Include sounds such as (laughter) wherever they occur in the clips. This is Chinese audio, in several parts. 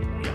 模样。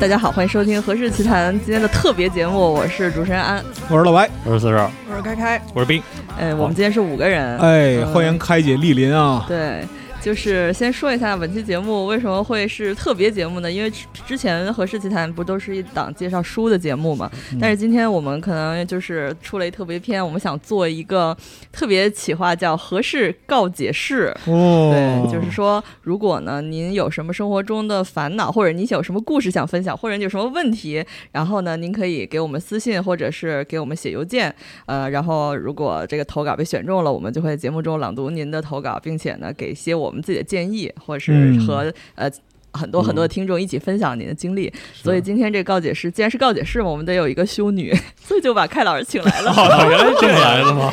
大家好，欢迎收听《何氏奇谈》今天的特别节目，我是主持人安，我是老白，我是四少，我是开开，我是冰。哎，我们今天是五个人，哎，欢迎开姐莅临啊！对，就是先说一下本期节目为什么会是特别节目呢？因为之前《何氏奇谈》不都是一档介绍书的节目嘛，但是今天我们可能就是出了一特别篇，我们想做一个特别企划，叫《何氏告解室》。哦，对，就是说，如果呢您有什么生活中的烦恼，或者您有什么故事想分享，或者你有什么问题，然后呢您可以给我们私信，或者是给我们写邮件，呃，然后如果这个投稿被选中了，我们就会节目中朗读您的投稿，并且呢给一些我们自己的建议，或者是和、呃。很多很多的听众一起分享您的经历，所以今天这告解室既然是告解室嘛，我们得有一个修女， (laughs) 所以就把开老师请来了。哦，原来这么来的吗？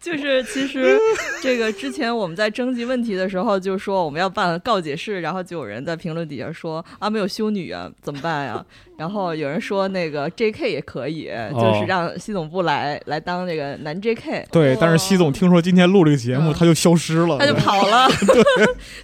就是其实这个之前我们在征集问题的时候，就说我们要办告解室，然后就有人在评论底下说啊没有修女啊怎么办呀、 (laughs) 然后有人说那个 J.K. 也可以，就是让系总部来来当那个男 J.K. 对，但是西总听说今天录这个节目，嗯他就消失了，他就跑了， (laughs)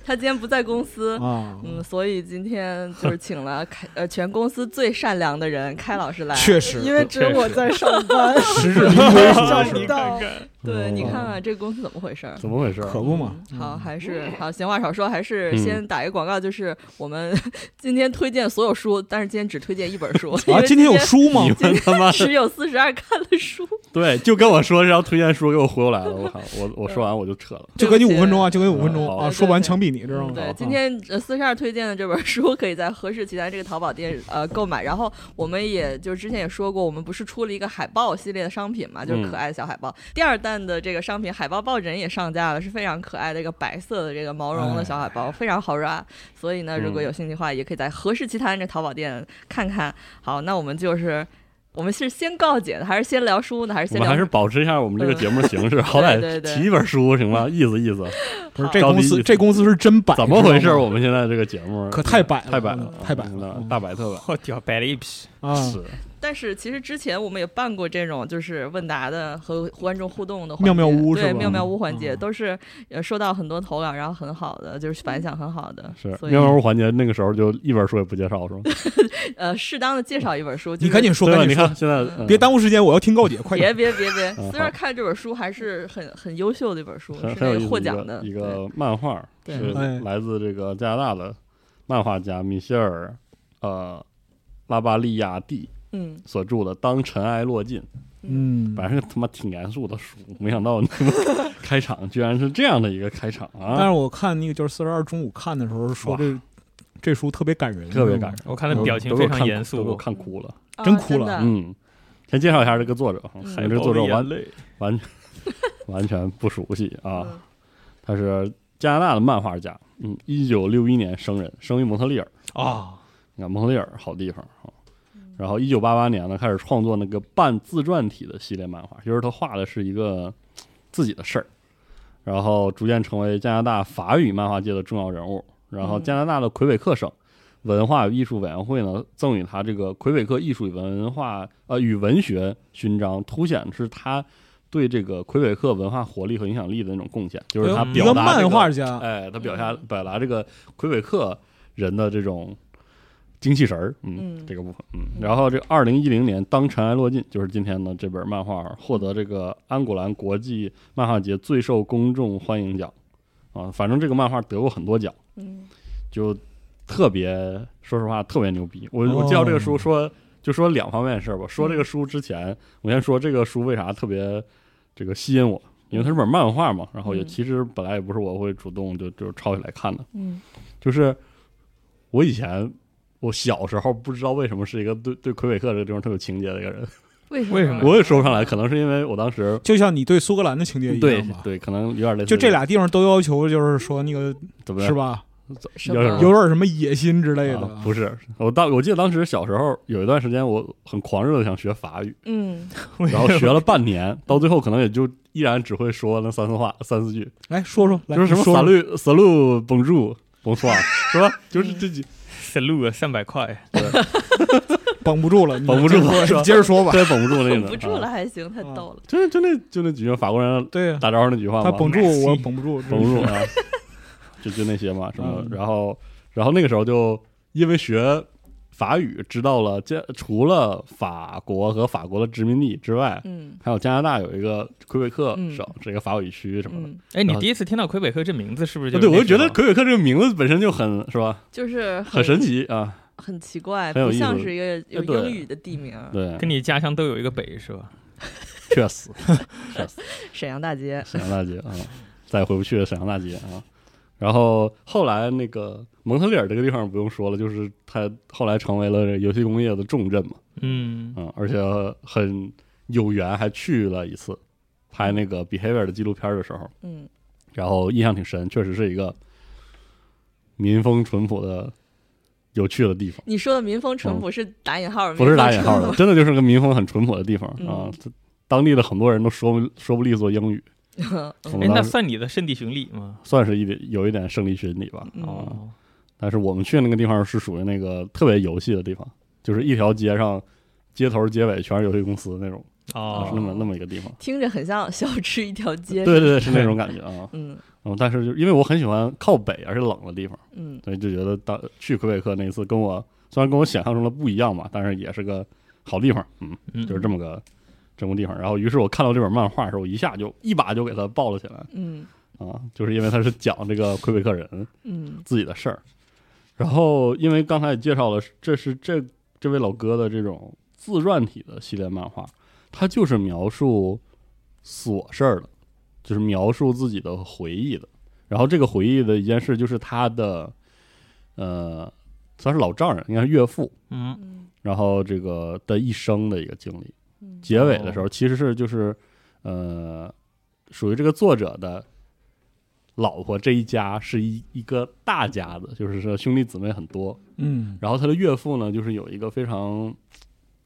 他今天不在公司。啊，嗯，所以今天就是请了开呃全公司最善良的人开老师来，确实，因为只有我在上班，实至名归，啊找属不于是到。对你看看这个公司怎么回事儿。怎么回事？可不嘛。嗯好，还是好，闲话少说，还是嗯先打一个广告，就是我们 (laughs) 今天推荐所有书，但是今天只推荐一本书，因啊为，今天有书吗你？们他妈只有四十二 (laughs) 看了书，对，就跟我说这要推荐书，给我忽悠来了。我靠，我我说完我就撤嗯了。就给你五分钟啊，就给你五分好钟啊，对说完对枪毙你，知嗯道吗？啊对，今天呃四十二推荐的这本书可以在合适奇谈这个淘宝店呃购买。然后我们也就之前也说过，我们不是出了一个海报系列的商品嘛，就是可嗯爱的小海报。第二弹的这个商品海报抱枕也上架了，是非常可爱的一个白色的这个毛绒的哎小海报，非常好抓。所以呢，如嗯果有兴趣的话，也可以在合适奇谈这淘宝店看看。好，那我们就是。我们是先告解的，还是先聊书呢？还是我先们聊还是保持一下我们这个节目 (laughs) 形式，好嗯对歹对提一本书行吗？意思意思，不是这到底公司，这公司是真摆，怎么回事？知道吗我们现在这个节目可太摆了，太摆了嗯，太摆嗯了，大摆特摆。 (laughs) 我屌，摆了一批。啊！是，但是其实之前我们也办过这种就是问答的和观众互动的环节妙妙屋是对吧？妙妙屋环节、嗯都是呃收到很多投稿，然后很好的就是反响很好的，是所以妙妙屋环节，那个时候就一本书也不介绍，是吗？呃适当的介绍一本书，你赶紧说，说，对吧？赶你紧说看，现在嗯别耽耽误时间，我要听告解，快别别点！别别，嗯虽然看这本书还是很很优秀的一本书，很是很有那个意思获一奖个的一对个漫画，对是哎来自这个加拿大的漫画家米歇尔呃拉巴利亚蒂嗯，所著的《当尘埃落尽》，嗯，反正他妈挺严肃的书，没想到 (laughs) 他妈开场居然是这样的一个开场但是啊！我看那个就是四十二中午看的时候说哇这这书特别感人，特别是吗感人。我看他都表情嗯都非给我常看严都给我肃，看哭了。啊真哭真了的嗯，先介绍一下这个作者，我嗯啊们这个作者完完泪。完完全不熟悉啊，他是加拿大的漫画家，嗯，一九六一年生人，生于蒙特利尔。啊，你看蒙特利尔好地方啊。然后一九八八年呢，开始创作那个半自传体的系列漫画，就是他画的是一个自己的事儿，然后逐渐成为加拿大法语漫画界的重要人物。然后嗯加拿大的魁北克省文化与艺术委员会呢，赠予他这个魁北克艺术与文化呃与文学勋章，凸显是他对这个魁北克文化活力和影响力的那种贡献，就是他哎呦表一个达、这漫个、画家，哎，他表达表达这个魁北克人的这种精气神儿，嗯，嗯这个部分，嗯，然后这二零一零年，当尘埃落尽，就是今天的这本漫画获得这个安古兰国际漫画节最受公众欢迎奖，啊，反正这个漫画得过很多奖，嗯就特别，说实话特别牛逼。我我哦介绍这个书说就说两方面的事儿吧，说这个书之前，我先说这个书为啥特别这个吸引我。因为它是本漫画嘛，然后也嗯其实本来也不是我会主动就就抄起来看的，嗯就是我以前我小时候不知道为什么是一个对对魁北克这个地方特有情结的一个人，为什为什么我也说不上来，可能是因为我当时就像你对苏格兰的情节一对样吧？对，可能有点类似就于这俩地方都要求，就是说那个怎么是吧，什有么啊有点什么野心之类的啊，。不是我当我记得当时小时候有一段时间我很狂热的想学法语，嗯然后学了半年，到最后可能也就依然只会说那三四话三四句，来哎说说，来就是什么说说 salut salut bonjour bonsoir 是吧？就是这几塞路啊，三百块，绷不住了，你绷不住了是吧你接着说吧。再绷不住那个，不住了啊，还行，太啊逗了。就就那就那几句法国人对呀，打招呼那几句话嘛，他绷住，我绷不住，融入啊，就就那些嘛，什么，嗯然后然后那个时候就因为学法语，知道了加除了法国和法国的殖民地之外，嗯还有加拿大有一个魁北克嗯省，是一个法语区什么的。嗯， (laughs) 哎，你然后第一次听到魁北克这名字是不是就啊是对，那我就觉时得候魁北克这个名字本身就很是吧，就是很很神，奇啊。很奇怪，很有不意思像是一个有哎对英语的地名。对，跟你家乡都有一个北是吧？确实，确实。沈阳大街，沈阳大街啊，再也回不去的沈阳大街啊。然后后来那个蒙特利尔这个地方不用说了，就是它后来成为了这游戏工业的重镇嘛，嗯，嗯，而且很有缘还去了一次，拍那个 Behavior 的纪录片的时候，嗯然后印象挺深，确实是一个民风淳朴的有趣的地方。你说的民风淳朴是打引号，嗯不是打引号民风的，淳朴，真的就是个民风很淳朴的地方啊嗯。这当地的很多人都说不说不利索英语， (laughs) 嗯我哎们，那当时算你的圣地巡礼吗？算是一点有一点胜利群体吧嗯啊。哦，但是我们去那个地方是属于那个特别游戏的地方，就是一条街上街头街尾全是游戏公司那种，是那哦，么那么一个地方。听着很像小吃一条街。对对对，是那种感觉啊。嗯嗯，但是就因为我很喜欢靠北而且冷的地方，嗯所以就觉得当去魁北克那一次跟我虽然跟我想象中的不一样吧，但是也是个好地方。嗯，嗯就是这么个这么个地方。然后于是我看到这本漫画的时候，我一下就一把就给它抱了起来嗯啊，就是因为它是讲这个魁北克人。嗯自己的事儿。然后，因为刚才也介绍了，这是这这位老哥的这种自传体的系列漫画，他就是描述琐事儿的，就是描述自己的回忆的。然后，这个回忆的一件事就是他的，呃，算是老丈人，应该是岳父，嗯，嗯然后这个的一生的一个经历。嗯结尾的时候其实是就是呃，属于这个作者的老婆这一家是一一个大家子，就是说兄弟姊妹很多。嗯然后他的岳父呢，就是有一个非常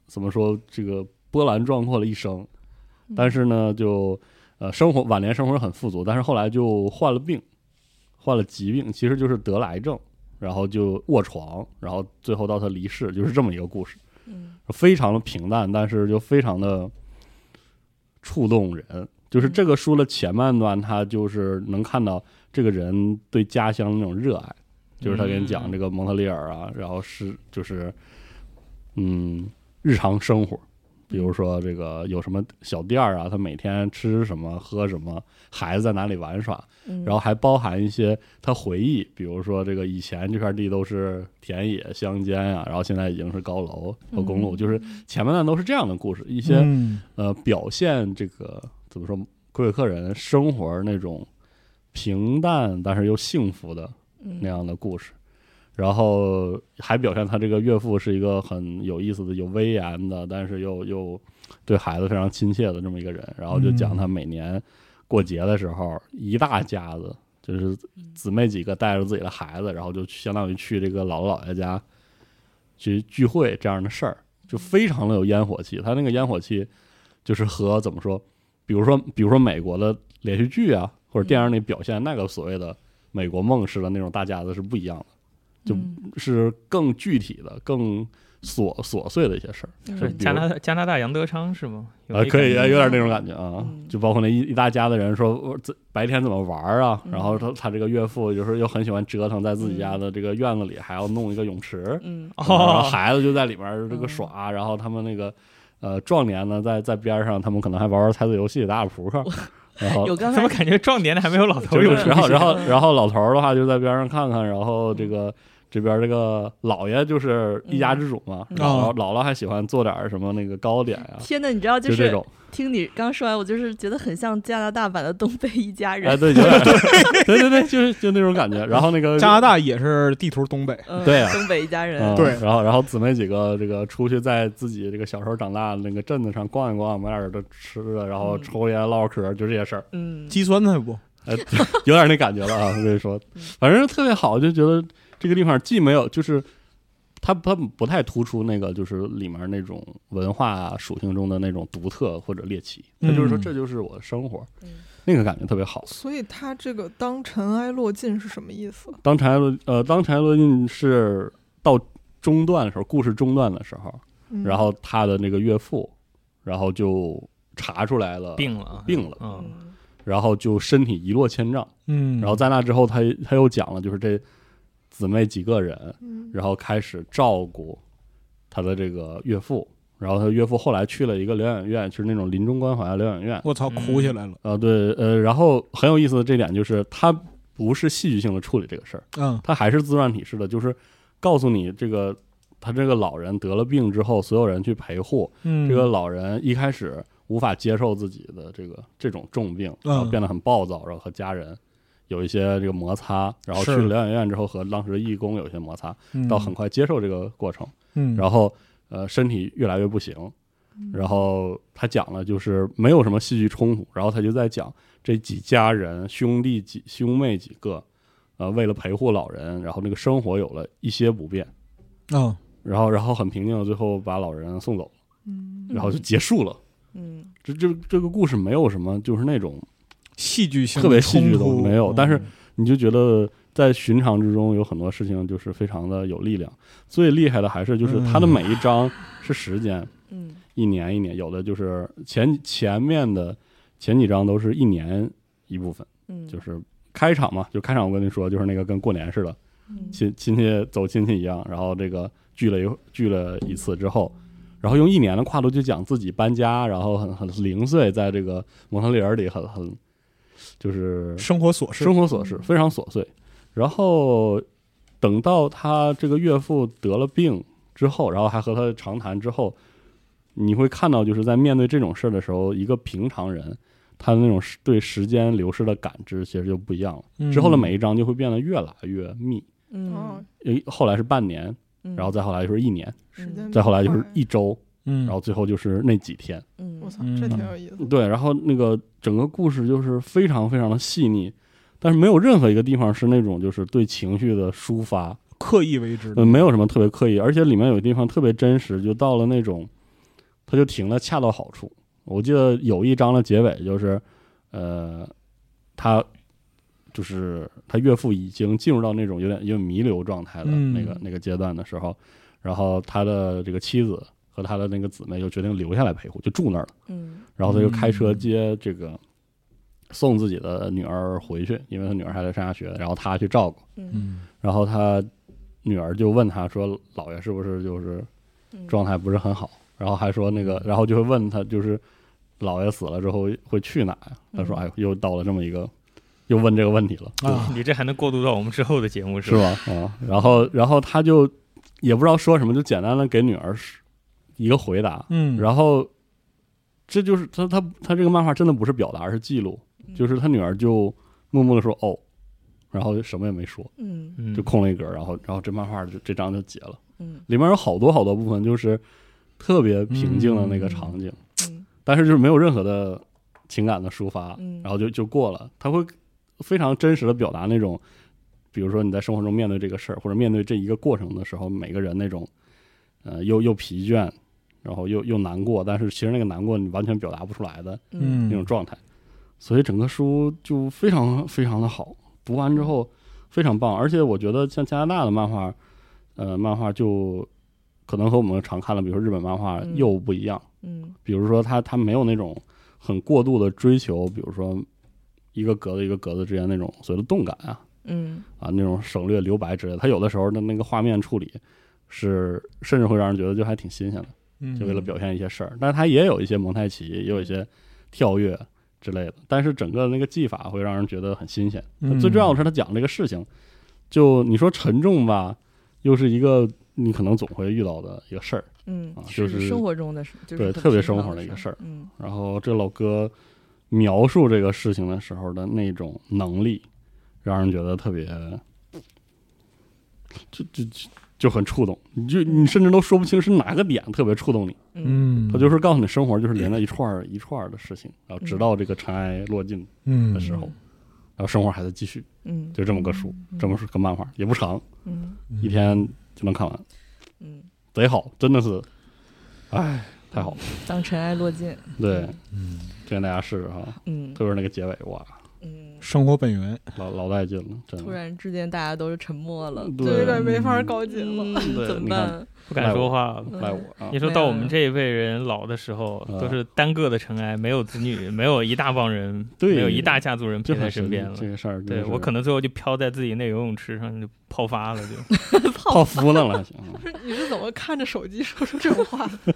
怎么说这个波澜壮阔的一生，嗯但是呢，就呃生活晚年生活很富足，但是后来就患了病，患了疾病，其实就是得了癌症，然后就卧床，然后最后到他离世，就是这么一个故事。嗯非常的平淡，但是就非常的触动人。就是嗯这个书的前半段，他就是能看到这个人对家乡的那种热爱，就是他给你讲这个蒙特利尔嗯啊，然后是就是嗯日常生活，比如说这个有什么小店儿啊，他每天吃什么喝什么，孩子在哪里玩耍，嗯，然后还包含一些他回忆，比如说这个以前这片地都是田野乡间啊，然后现在已经是高楼和公路，嗯就是前半段都是这样的故事，一些、嗯呃表现这个怎么说魁北克人生活那种平淡但是又幸福的那那样的故事，然后还表现他这个岳父是一个很有意思的、有威严的，但是又又对孩子非常亲切的这么一个人。然后就讲他每年过节的时候，一大家子就是姊妹几个带着自己的孩子，然后就相当于去这个姥姥姥爷家去聚会这样的事儿，就非常的有烟火气。他那个烟火气就是和怎么说，比如说比如说美国的连续剧啊或者电影里表现那个所谓的美国梦似的那种大家子是不一样的，就嗯就是更具体的、更琐琐碎的一些事儿。是嗯比如加拿大加拿大杨德昌是吗？有啊，那可以，感啊，觉有点那种感觉啊，嗯就包括那一一大家子人说，呃这白天怎么玩儿啊？嗯然后他他这个岳父就是又很喜欢折腾，在自己家的这个院子里还要弄一个泳池，嗯 (laughs) 然后哦，孩子就在里边儿这个耍，然后他们那个呃壮年呢，在在边上，他们可能还玩玩猜字游戏、打打扑克，然后 (laughs) 有 (laughs) 刚怎才么感觉壮年的还没有老头啊就有是出息？然后然后然后老头儿的话就在边上看看，然后这个。这边这个姥爷就是一家之主嘛，嗯然后哦姥姥还喜欢做点儿什么那个糕点呀、天呐，你知道 (laughs) 就就是这种。听你刚说完，我就是觉得很像加拿大版的东北一家哎，人。对，有点对对对对，就是就那种感觉。然后那个加拿大也是地图东北，嗯，对啊东北一家人。嗯对然后然后姊妹几个这个出去在自己这个小时候长大的那个镇子上逛一逛，买点儿的吃的，然后嗯抽烟唠嗑，就这些事儿，嗯，鸡酸菜不？哎，有点那感觉了啊！我跟你说嗯，反正特别好，就觉得这个地方既没有就是。它它不太突出那个，就是里面那种文化属性中的那种独特或者猎奇，它就是说嗯这就是我的生活，嗯那个感觉特别好。所以他这个当尘埃落尽是什么意思？当柴罗呃，当柴罗进是到中段的时候，故事中段的时候，嗯然后他的那个岳父，然后就查出来了，病了啊，病了嗯，嗯然后就身体一落千丈。嗯，然后在那之后他，他又讲了，就是这姊妹几个人，嗯然后开始照顾他的这个岳父。然后他岳父后来去了一个疗养院，就是那种临终关怀啊的疗养院。我操，哭起来了。呃，对，呃，然后很有意思的这点就是，他不是戏剧性的处理这个事儿，嗯他还是自传体式的，就是告诉你这个他这个老人得了病之后，所有人去陪护。嗯，这个老人一开始无法接受自己的这个这种重病，然后嗯变得很暴躁，然后和家人有一些这个摩擦，然后去是疗养院之后和当时的义工有一些摩擦，到很快接受这个过程，嗯嗯，嗯，嗯然后呃身体越来越不行，然后他讲了，就是没有什么戏剧冲突，然后他就在讲这几家人兄弟几兄妹几个，呃，为了陪护老人，然后那个生活有了一些不便，嗯然后然后很平静的最后把老人送走，嗯然后就结束了。嗯这这这个故事没有什么，就是那种戏剧性特别戏剧的冲突没有但是嗯你就觉得在寻常之中有很多事情就是非常的有力量。最厉害的还是就是它的嗯每一章是时间，嗯一年一年，有的就是前前面的前几章都是一年一部分，嗯，就是开场嘛，就开场我跟你说，就是那个跟过年似的，嗯亲亲戚走亲戚一样，然后这个聚了一聚了一次之后，然后用一年的跨度去讲自己搬家，然后很很零碎，在这个蒙特利尔里很很就是生活琐事生活琐事非常琐碎。然后等到他这个岳父得了病之后，然后还和他长谈之后，你会看到，就是在面对这种事儿的时候，一个平常人他的那种时对时间流逝的感知其实就不一样了。之嗯后的每一章就会变得越来越密，嗯哦，呃后来是半年，嗯，然后再后来就是一年，时间再后来就是快一周，嗯，然后最后就是那几天。嗯我操，嗯这挺有意思的。对，然后那个整个故事就是非常非常的细腻，但是没有任何一个地方是那种就是对情绪的抒发，刻意为之的嗯，没有什么特别刻意，而且里面有地方特别真实，就到了那种，它就停了，恰到好处。我记得有一章的结尾就是，呃，他就是他岳父已经进入到那种有点有点弥留状态的嗯那个、那个阶段的时候，然后他的这个妻子和他的那个姊妹就决定留下来陪护，就住那儿了。嗯然后他就开车嗯接这个送自己的女儿回去，因为他女儿还在上下学，然后他去照顾。嗯嗯然后他女儿就问他说：“姥爷是不是就是嗯，状态不是很好？”然后还说那个，然后就会问他就是姥爷死了之后会去哪呀？他说：“嗯哎，又到了这么一个，又问这个问题了，啊，你这还能过渡到我们之后的节目是吧？吧？”啊，然后然后他就也不知道说什么，就简单的给女儿一个回答，嗯，然后这就是他他他这个漫画真的不是表达，而是记录。就是他女儿就默默的说哦，然后什么也没说，嗯嗯，就空了一格，然后然后这漫画就这章就结了。嗯里面有好多好多部分就是特别平静的那个场景，嗯但是就是没有任何的情感的抒发，嗯然后就就过了。他会非常真实的表达那种，比如说你在生活中面对这个事儿，或者面对这一个过程的时候，每个人那种，呃，又又疲倦，然后又又难过，但是其实那个难过你完全表达不出来的嗯那种状态，所以整个书就非常非常的好，读完之后非常棒，而且我觉得像加拿大的漫画，呃，漫画就可能和我们常看的，比如说日本漫画嗯又不一样。嗯比如说他他没有那种很过度的追求，比如说一个格子一个格子之间那种所谓的动感啊嗯啊那种省略留白之类的，他有的时候的那个画面处理是甚至会让人觉得就还挺新鲜的，嗯就为了表现一些事儿。但是他也有一些蒙太奇，也有一些跳跃之类的，但是整个那个技法会让人觉得很新鲜。嗯最重要的是他讲这个事情，就你说沉重吧，又是一个你可能总会遇到的一个事儿。嗯啊，就是是生活中的事，就是对很特别平常生活的的一个事儿嗯然后这老哥描述这个事情的时候的那种能力，让人觉得特别，就就就就很触动。你就你甚至都说不清是哪个点特别触动你。嗯嗯，他就是告诉你，生活就是连在一串儿一串儿的事情，然后直嗯到这个尘埃落尽，嗯的时候然后生活还在继续，嗯就这么个书，这么个漫画，也不长，嗯一天就能看完，嗯，贼好，真的是，哎，太好了。当尘埃落尽，对，嗯推荐大家试试哈，嗯特别是那个结尾，哇，嗯，生活本源，老老带劲了，真的。突然之间大家都是沉默了，对就有点没法嗯高紧了。 (laughs) 嗯对怎么你看办？不敢说话了。嗯赖我啊你！说到我们这一辈人老的时候，嗯都是单个的尘埃，没有子女，没有一大帮人，对没有一大家族人陪就在很身神边边了。这个事儿真对是我可能最后就飘在自己那游泳池上就泡发了，就泡芙弄了还行 (laughs) 啊，不是你是怎么看着手机说出这种话？的？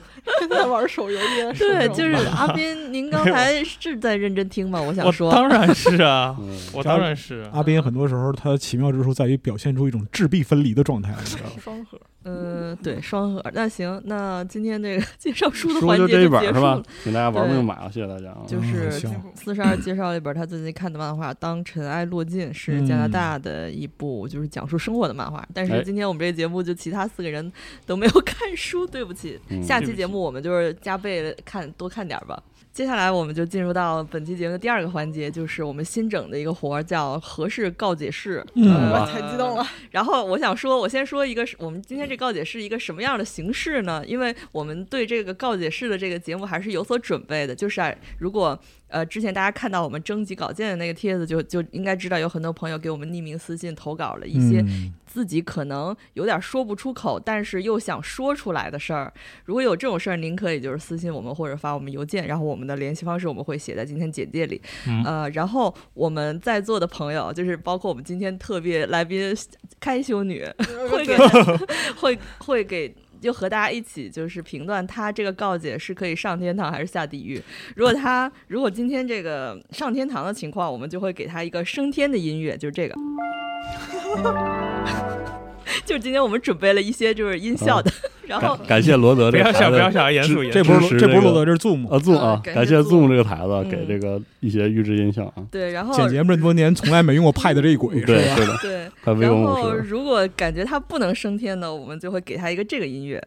在玩手游也对，就是阿 (laughs) 斌，您刚才是在认真听吗？我想我说，当 (laughs) 然是啊，嗯我当然是啊。阿斌很多时候他奇妙之处在于表现出一种质壁分离的状态，双核。嗯，对，双核。那行，那今天这个 (laughs) 介绍书的书环就节这一本结儿束是吧了。？请大家玩命买啊！谢谢大家啊！就嗯是行四十二介绍了一本他最近看的漫画《当尘埃落尽》，是加拿大的一部就是讲述生活的漫画。但是嗯哎今天我们这个节目就其他四个人都没有看书，对不起。嗯下对期不节起目我们就是加倍地看多看点儿吧。接下来我们就进入到本期节目的第二个环节，就是我们新整的一个活儿，叫合适告解室。嗯呃哇太激动了。然后我想说，我先说一个是，我们今天这告解是一个什么样的形式呢？因为我们对这个告解式的这个节目还是有所准备的，就是啊，如果呃之前大家看到我们征集稿件的那个帖子就，就应该知道有很多朋友给我们匿名私信投稿了一些嗯自己可能有点说不出口，但是又想说出来的事儿。如果有这种事儿，您可以就是私信我们或者发我们邮件，然后我们的联系方式我们会写在今天简介里。嗯呃，然后我们在座的朋友，就是包括我们今天特别来宾 (laughs) 开修女， (laughs) 会给 (laughs) 会会给。就和大家一起就是评断他这个告解是可以上天堂还是下地狱。如果他如果今天这个上天堂的情况，我们就会给他一个升天的音乐，就是这个。 (laughs) 就是今天我们准备了一些就是音效的，然后嗯感感谢罗德不这要个想台不子要想，严肃严这这肃。不支是持这不这是个录的，这是 Zoom (laughs) 啊 Zoom 啊啊，感感谢谢 Zoom Zoom 这个台子嗯给这个一些预制音效啊，对，然后剪节目这么多年从来没用过 Pad 这一轨，对是吧？是的，对，快微啊然风后五十，如果感觉他不能升天呢，我们就会给他一个这个音乐。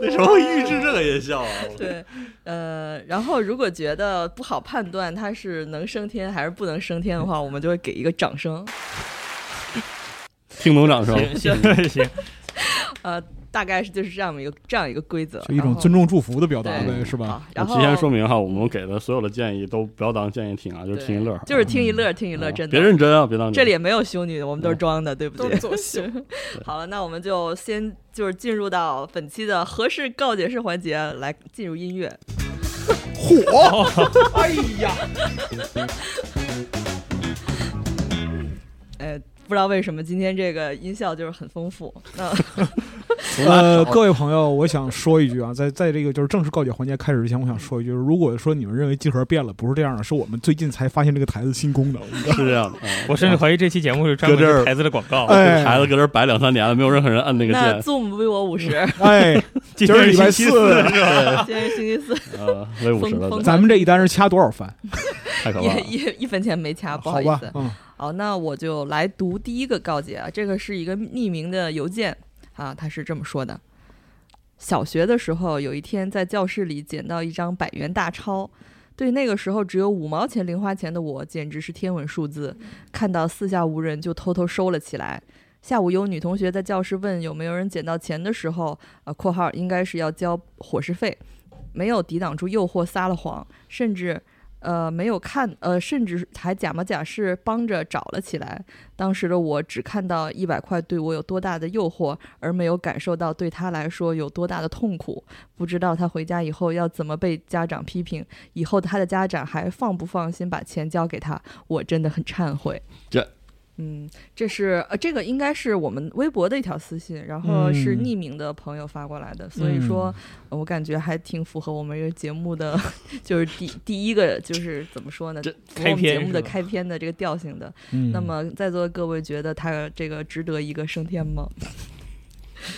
为什么会预制这个音效啊？对，呃，然后如果觉得不好判断他是能升天还是不能升天的话，我们就会给一个掌声。听懂掌声，行行 (laughs) 行，呃，大概是就是这样一个这样一个规则，就一种尊重重祝福的表达呗，对是吧？然我后提前说明哈，我们给的所有的建议都不要当建议听啊，就是对听一乐儿，就是听一乐，听一乐，啊真的别认真啊，别当真这里也没有修女的，我们嗯都是装的，对不都对？是作秀 (laughs) 好了，那我们就先就是进入到本期的合适告解式环节，来进入音乐。火，呃，不知道为什么今天这个音效就是很丰富。那呃，各位朋友，我想说一句啊，在在这个就是正式告解环节开始之前，我想说一句，如果说你们认为集合变了，不是这样的，是我们最近才发现这个台子新 (laughs) 功能。是这样的，啊我甚至怀疑这期节目是专门搁这儿给台子的广告。哎这个台子搁这儿摆两三年了，没有任何人按那个那键， Zoom 微我五 (laughs) 十，哎，今今儿天礼拜是星期四，今天是星期四，呃，微五十了，疯对 (laughs) 咱们这一单是掐多少番？太可怕也了。一一分钱没掐，啊不好好意吧思，。嗯，好，那我就来读第一个告解啊，这个是一个匿名的邮件啊，他是这么说的：小学的时候，有一天在教室里捡到一张百元大钞，对那个时候只有五毛钱零花钱的我，简直是天文数字。看到四下无人，就偷偷收了起来。下午有女同学在教室问有没有人捡到钱的时候，呃（括号应该是要交伙食费），没有抵挡住诱惑，撒了谎，甚至呃没有看呃，甚至还假模假式帮着找了起来。当时的我只看到一百块对我有多大的诱惑，而没有感受到对他来说有多大的痛苦。不知道他回家以后要怎么被家长批评，以后他的家长还放不放心把钱交给他？我真的很忏悔。这，嗯，这是呃，这个应该是我们微博的一条私信，然后是嗯匿名的朋友发过来的，所以嗯说、呃我感觉还挺符合我们这个节目的， (laughs) 就是第第一个就是怎么说呢？这符合开我们篇节目是的吧开篇的这个调性的。嗯那么在座的各位觉得他这个值得一个升天吗？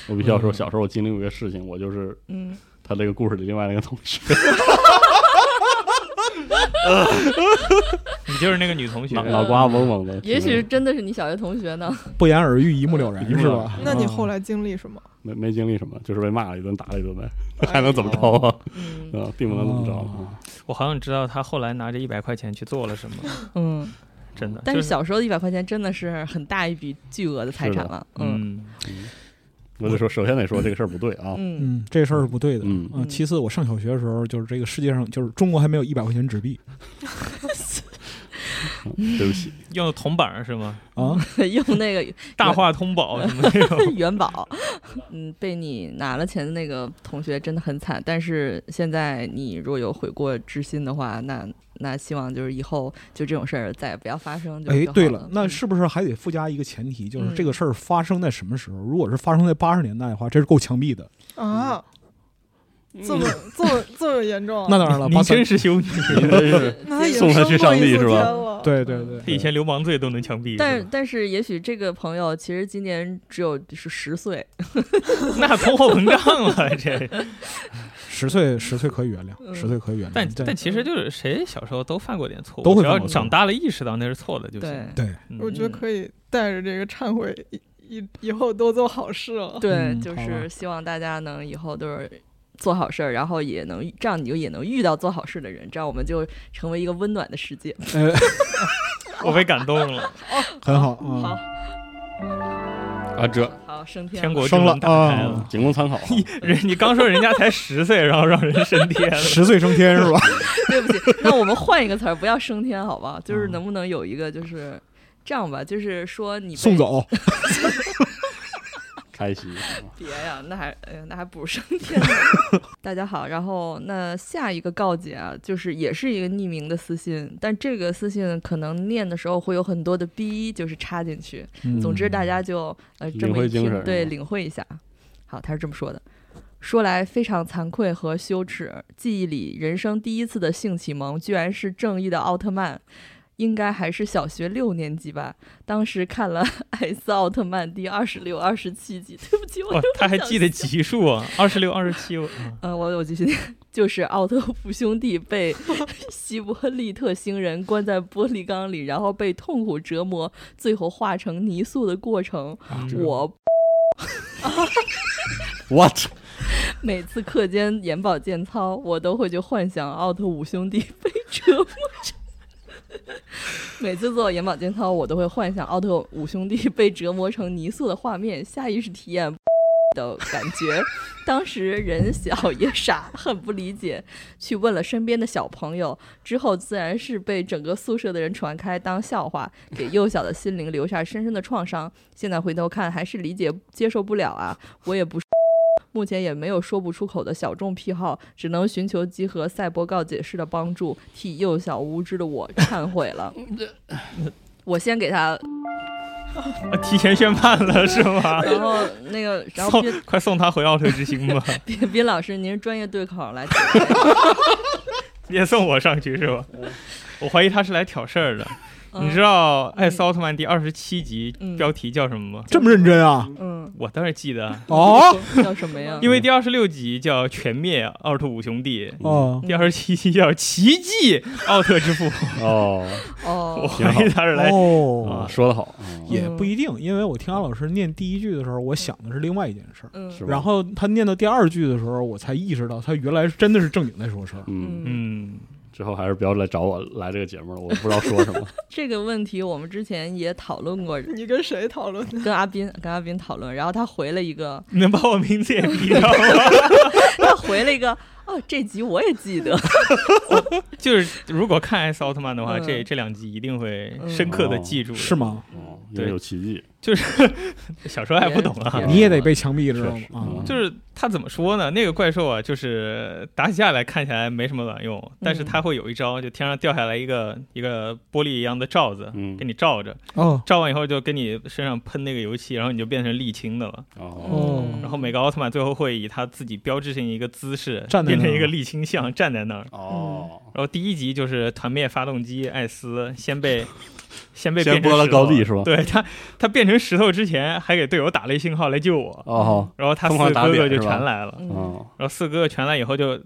我必须要说，小时候我经历过一个事情，我就是嗯，他这个故事里另外那个同学，你就是那个女同学啊脑，脑瓜嗡嗡的。也许真的是你小学同学呢。不言而喻，一目了然一目了是吧然？那你啊后来经历什么？没没经历什么，就是被骂了一顿，打了一顿呗，还能怎么着啊？ (laughs) 嗯啊，并不能怎么着啊。我好想知道她后来拿着一百块钱去做了什么，嗯，真的。但是就小时候的一百块钱真的是很大一笔巨额的财产了。嗯嗯，我得说，首先得说这个事儿不对啊。嗯嗯，这事儿是不对的。嗯嗯，其次，我上小学的时候，就是这个世界上，就是中国还没有一百块钱纸币嗯对不起，用的铜板儿是吗？嗯啊。 (laughs) 用那个。大话通宝什么那种 (laughs) 元宝，嗯，被你拿了钱的那个同学真的很惨。但是现在你如果有悔过之心的话，那那希望就是以后就这种事儿再也不要发生就哎更，好对了了，，那嗯是不是还得附加一个前提，就是嗯这个事儿发生在什么时候？如果是发生在八十年代的话，这是够枪毙的。啊，嗯这么这么这么严哦重啊？那当然了，您八三真是兄 (laughs) 弟，您真是那他也送他去上帝是吧升过一次天了？嗯对对对，他以前流氓罪都能枪毙。但是吧 (laughs) 但是，也许这个朋友其实今年只有是十岁，那通货膨胀 (laughs) 了这。十岁十岁可以原谅，嗯十岁可以原谅。但对但其实就是谁小时候都犯过点错误，都会只要犯过错误长大了意识到那是错的就 (laughs) 行。对对，嗯我觉得可以带着这个忏悔，以以以后多做好事了。对，嗯就好是吧希望大家能以后都是做好事儿，然后也能这样，你就也能遇到做好事的人，这样我们就成为一个温暖的世界。呃，我被感动了，很好好啊，，啊，这好，升天天了国之升了门打开了。啊，仅供参考啊。人你刚说人家才十岁，然后让人 (laughs) 升天了，十岁升天是吧？对 (laughs) 不起，那我们换一个词儿，不要升天，好不好？就是嗯能不能有一个就是。这样吧，就是说你被送走，开席。别呀、那还哎呀，那还不如升天 (laughs) 呢。大家好，然后那下一个告解啊，就是也是一个匿名的私信，但这个私信可能念的时候会有很多的逼，就是插进去。嗯总之，大家就呃这领么会一精神听，对，嗯领会一下。好，他是这么说的。说来非常惭愧和羞耻，记忆里人生第一次的性启蒙居然是正义的奥特曼，应该还是小学六年级吧。当时看了《艾斯奥特曼》第二十六、二十七集，对不起，我哇又，哦他还想记得笑级数啊，二十六、二十七。啊呃，我我继续念，就是奥特普兄弟被希伯利特星人关在玻璃缸里，然后被痛苦折磨，最后化成泥塑的过程。啊我我操， (laughs) 每次课间眼保健操，我都会去幻想奥特五兄弟 (laughs) 被折磨着。每次做眼保健操，我都会幻想奥特五兄弟 (laughs) 被折磨成泥塑的画面，下意识体验 (laughs) 的感觉。当时人小也傻，很不理解，去问了身边的小朋友，之后自然是被整个宿舍的人传开当笑话，给幼小的心灵留下深深的创伤。现在回头看，还是理解接受不了啊！我也不是，目前也没有说不出口的小众癖好，只能寻求集合赛博告解式的帮助，替幼小无知的我忏悔 (laughs) 了。嗯我先给他，啊提前宣判了是吗？ (laughs) 然后那个，然后送斌快送他回奥特之星吧，斌斌老师，您是专业对口来解别送我上去是吧？我怀疑他是来挑事儿的。(laughs) 答，你知道《道，艾斯奥特曼》第二十七集嗯标题叫什么吗？这么认真啊？嗯，我当然记得，啊 (laughs) 哦叫什么呀？因为第二十六集叫《全灭奥特五兄弟》，哦，第二十七集叫《奇迹奥特之父》。哦我哦，怀疑他是来哦啊，，说得好，也不一定，因为我听安老师念第一句的时候，我想的是另外一件事儿。 (laughs) 嗯是吧？然后他念到第二句的时候，我才意识到他原来真的是正经在说事儿。嗯，嗯嗯，之后还是不要来找我来这个节目了，我不知道说什么。这个问题我们之前也讨论过，你跟谁讨论的？跟阿斌跟阿斌讨论，然后他回了 (laughs) 一个，能把我名字也提到吗？ (laughs) 他回了一个，哦，这集我也记得，就是如果看 S 奥特曼的话，嗯这这两集一定会深刻的记住。是吗？哦，对也有奇迹，小时候还不懂啊也，你也得被枪毙，知道确实吗？啊嗯就是他怎么说呢？那个怪兽啊，就是打起架来看起来没什么卵用，但是他会有一招，就天上掉下来一个一个玻璃一样的罩子，嗯给，你罩着，哦罩完以后就给你身上喷那个油漆，然后你就变成沥青的了。哦，哦嗯然后每个奥特曼最后会以他自己标志性一个姿势，站在变成那儿一个沥青嗯像站在那儿。哦，然后第一集就是团灭发动机艾斯先 (laughs) 被先被先变成剥了石头高地是吧对他，他变成石头之前还给队友打了一信号来救我，哦，然后他四疯狂打哥哥脸就是吧全来了，嗯，哦，然后四哥哥全来以后就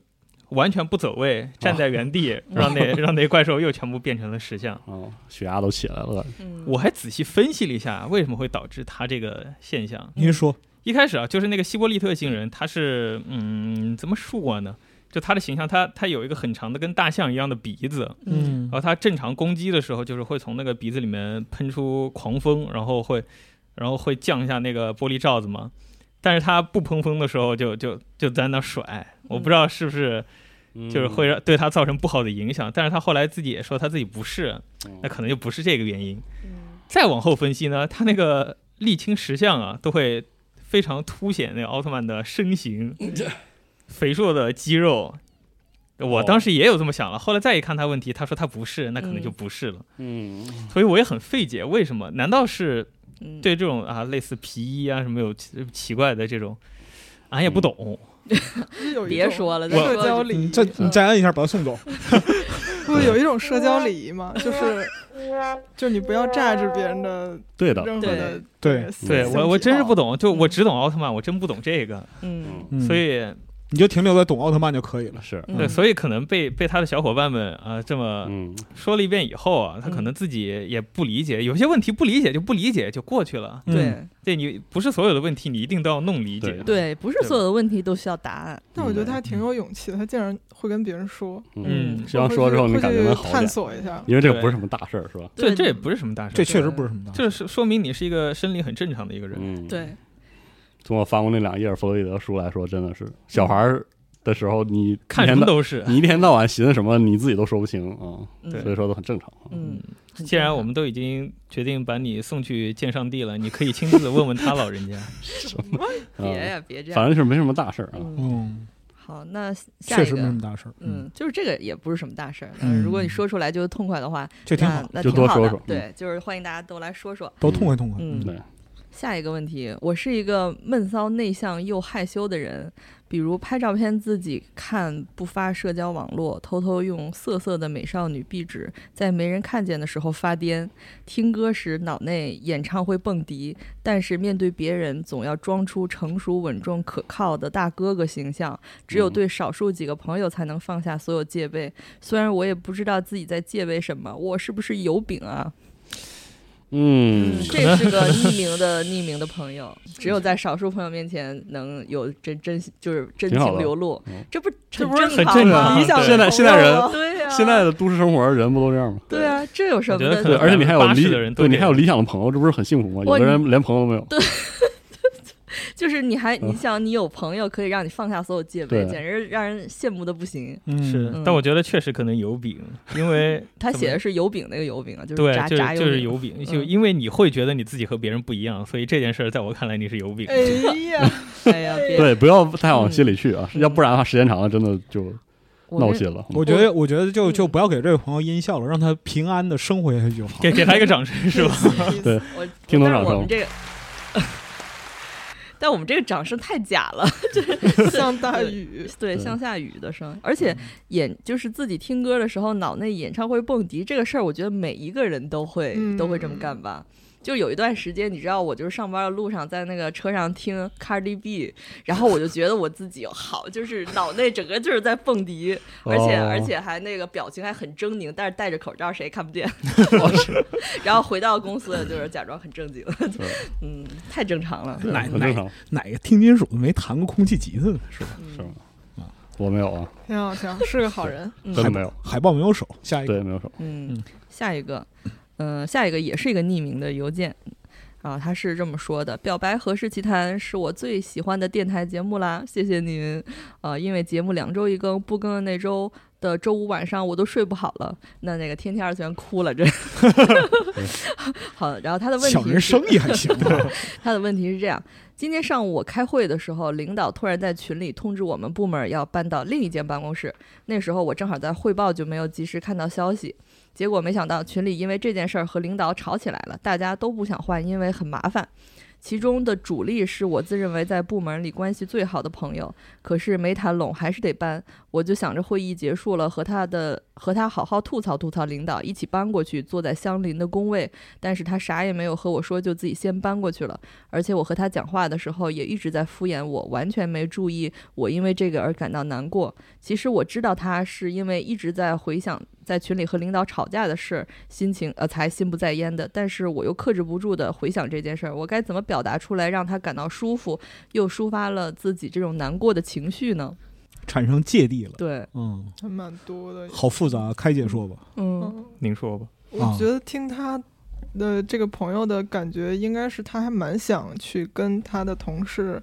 完全不走位，站哦在原 (laughs) 地，让那让那怪兽又全部变成了石像。哦，血压都起来了，嗯我还仔细分析了一下，为什么会导致他这个现象。您说，一开始啊，就是那个希伯利特星人，他是嗯，怎么说呢？就他的形象，他他有一个很长的跟大象一样的鼻子，嗯嗯然后他正常攻击的时候，就是会从那个鼻子里面喷出狂风，然后会，然后会降一下那个玻璃罩子嘛。但是他不喷风的时候就，就就在那甩，我不知道是不是就是会让对他造成不好的影响。但是他后来自己也说他自己不是，那可能就不是这个原因。再往后分析呢，他那个沥青石像啊，都会非常凸显那个奥特曼的身形，嗯肥硕的肌肉。我当时也有这么想了，后来再一看他问题，他说他不是，那可能就不是了。嗯，所以我也很费解，为什么？难道是嗯，对这种啊类似皮衣啊什么有奇奇怪的这种，俺也不懂。嗯就是有一别种说了，再社说交就礼你仪，嗯再你再按一下，把他送走。不是有一种社交礼仪吗？就是就你不要榨制别人的对的，任何的对那个性对我我真是不癖懂，就我只懂奥特曼，我真不懂这个，嗯嗯嗯，所以你就停留在懂奥特曼就可以了。是，嗯对，所以可能被被他的小伙伴们啊、这么嗯，说了一遍以后啊，他可嗯能自己也不理解，有些问题不理解就不理解就过去了。嗯，对对你不是所有的问题你一定都要弄理解对，对，不是所有的问题都需要答案，好。但我觉得他挺有勇气的，他竟然会跟别人说，嗯，嗯希望说之后会你去感觉能好探点，索一下。因为这个不是什么大事儿，是吧？这对这也不是什么大事儿，这确实不是什么大事。就是说明你是一个生理很正常的一个人。嗯，。对，从我翻过那两页弗洛伊德书来说，真的是小孩儿的时候，你看一什天么 (laughs) 到都是。你一天到晚寻思什么，你自己都说不清啊，嗯对所以说都很正常。嗯，很既然正我们都已经决定把你送去见上帝了，你可以亲自问问他老人 (laughs) 家。常嗯别呀，别这反样，正是没什么大事儿啊。嗯，嗯，好，那下确一实没个什么。大事儿。嗯，嗯，就是这个也不是什么大事儿。嗯嗯，如果你说出来就痛快的话，这挺好，那那就挺多好说的说嗯对，就是欢迎大家都来说说。都痛快痛快。嗯对，下一个问题，我是一个闷骚、内向又害羞的人，比如拍照片自己看，不发社交网络，偷偷用色色的美少女壁纸，在没人看见的时候发癫，听歌时脑内演唱会蹦迪，但是面对别人总要装出成熟、稳重、可靠的大哥哥形象，只有嗯对少数几个朋友才能放下所有戒备。虽然我也不知道自己在戒备什么，我是不是有饼啊？嗯，这是个匿名的匿名的朋友，只有在少数朋友面前能有真真就是真挺好情的流露嗯，这不这很不是很常正吗？常理想对现在现在啊人对呀，现在的都市生活人不都这样吗？对啊，这有什么我觉得的？可对，能而且你还有80%理的人都对这你样还有理想的朋友，这不是很幸福吗？有哇的人连朋友都没有。就是你还嗯你想你有朋友可以让你放下所有戒备，对简直让人羡慕的不行。嗯是嗯，但我觉得确实可能有饼，因为他怎么写的是油饼那个油饼啊，就是对，炸就是炸油就是饼。有饼，就嗯因为你会觉得你自己和别人不一样，所以这件事儿在我看来你是有饼。哎呀， (laughs) 哎呀，别对，不要太往心里去啊，嗯要不然的话，时间长了真的就我闹是 (laughs) 心了。我觉得，我觉得就嗯就不要给这位朋友阴笑了，让他平安的生活下去就好。给给他一个掌声是吧？对我听但懂是掌声我们这 (laughs) 个，但我们这个掌声太假了。像大雨，对，对嗯像下雨的声，而且演就是自己听歌的时候，脑内演唱会蹦迪这个事儿，我觉得每一个人都会、嗯都会这么干吧。就有一段时间，你知道，我就是上班的路上，在那个车上听 Cardi B，然后我就觉得我自己好，就是脑内整个就是在蹦迪，而且、哦而且还那个表情还很狰狞，但是戴着口罩谁也看不 (laughs) 见。然后回到公司就是假装很正经， (laughs) 嗯，太正常了。对哪很正常，哪个听金属没弹过空气吉他呢？是吧？嗯是吗？我没有啊，挺好，挺好，是个好人。真的嗯没有，海报没有手，下一个对，没有手。嗯，下一个，嗯、下一个也是一个匿名的邮件。啊，他是这么说的：“表白《何氏奇谈》是我最喜欢的电台节目啦，谢谢您。啊，因为节目两周一更，不更的那周的周五晚上我都睡不好了，那那个天天二次元哭了，真。 (laughs) 好，然后他的问题抢人是生意还 (laughs) 行吧？他的问题是这样：今天上午我开会的时候，领导突然在群里通知我们部门要搬到另一间办公室。那时候我正好在汇报，就没有及时看到消息。结果没想到群里因为这件事儿和领导吵起来了，大家都不想换，因为很麻烦。其中的主力是我自认为在部门里关系最好的朋友，可是没谈拢，还是得搬。我就想着会议结束了，和他的和他好好吐槽吐槽领导，一起搬过去，坐在相邻的工位。但是他啥也没有和我说，就自己先搬过去了。而且我和他讲话的时候也一直在敷衍我，完全没注意我因为这个而感到难过。其实我知道他是因为一直在回想在群里和领导吵架的事，心情呃才心不在焉的，但是我又克制不住的回想这件事儿，我该怎么表达出来让他感到舒服，又抒发了自己这种难过的情绪呢？产生芥蒂了，对，嗯，还蛮多的。好复杂，开解说吧。嗯嗯，您说吧，我觉得听他的这个朋友的感觉，应该是他还蛮想去跟他的同事，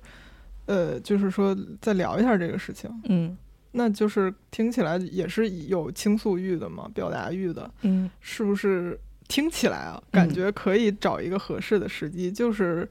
呃，就是说再聊一下这个事情。嗯那就是听起来也是有倾诉欲的嘛，表达欲的，嗯是不是？听起来啊，感觉可以找一个合适的时机，就是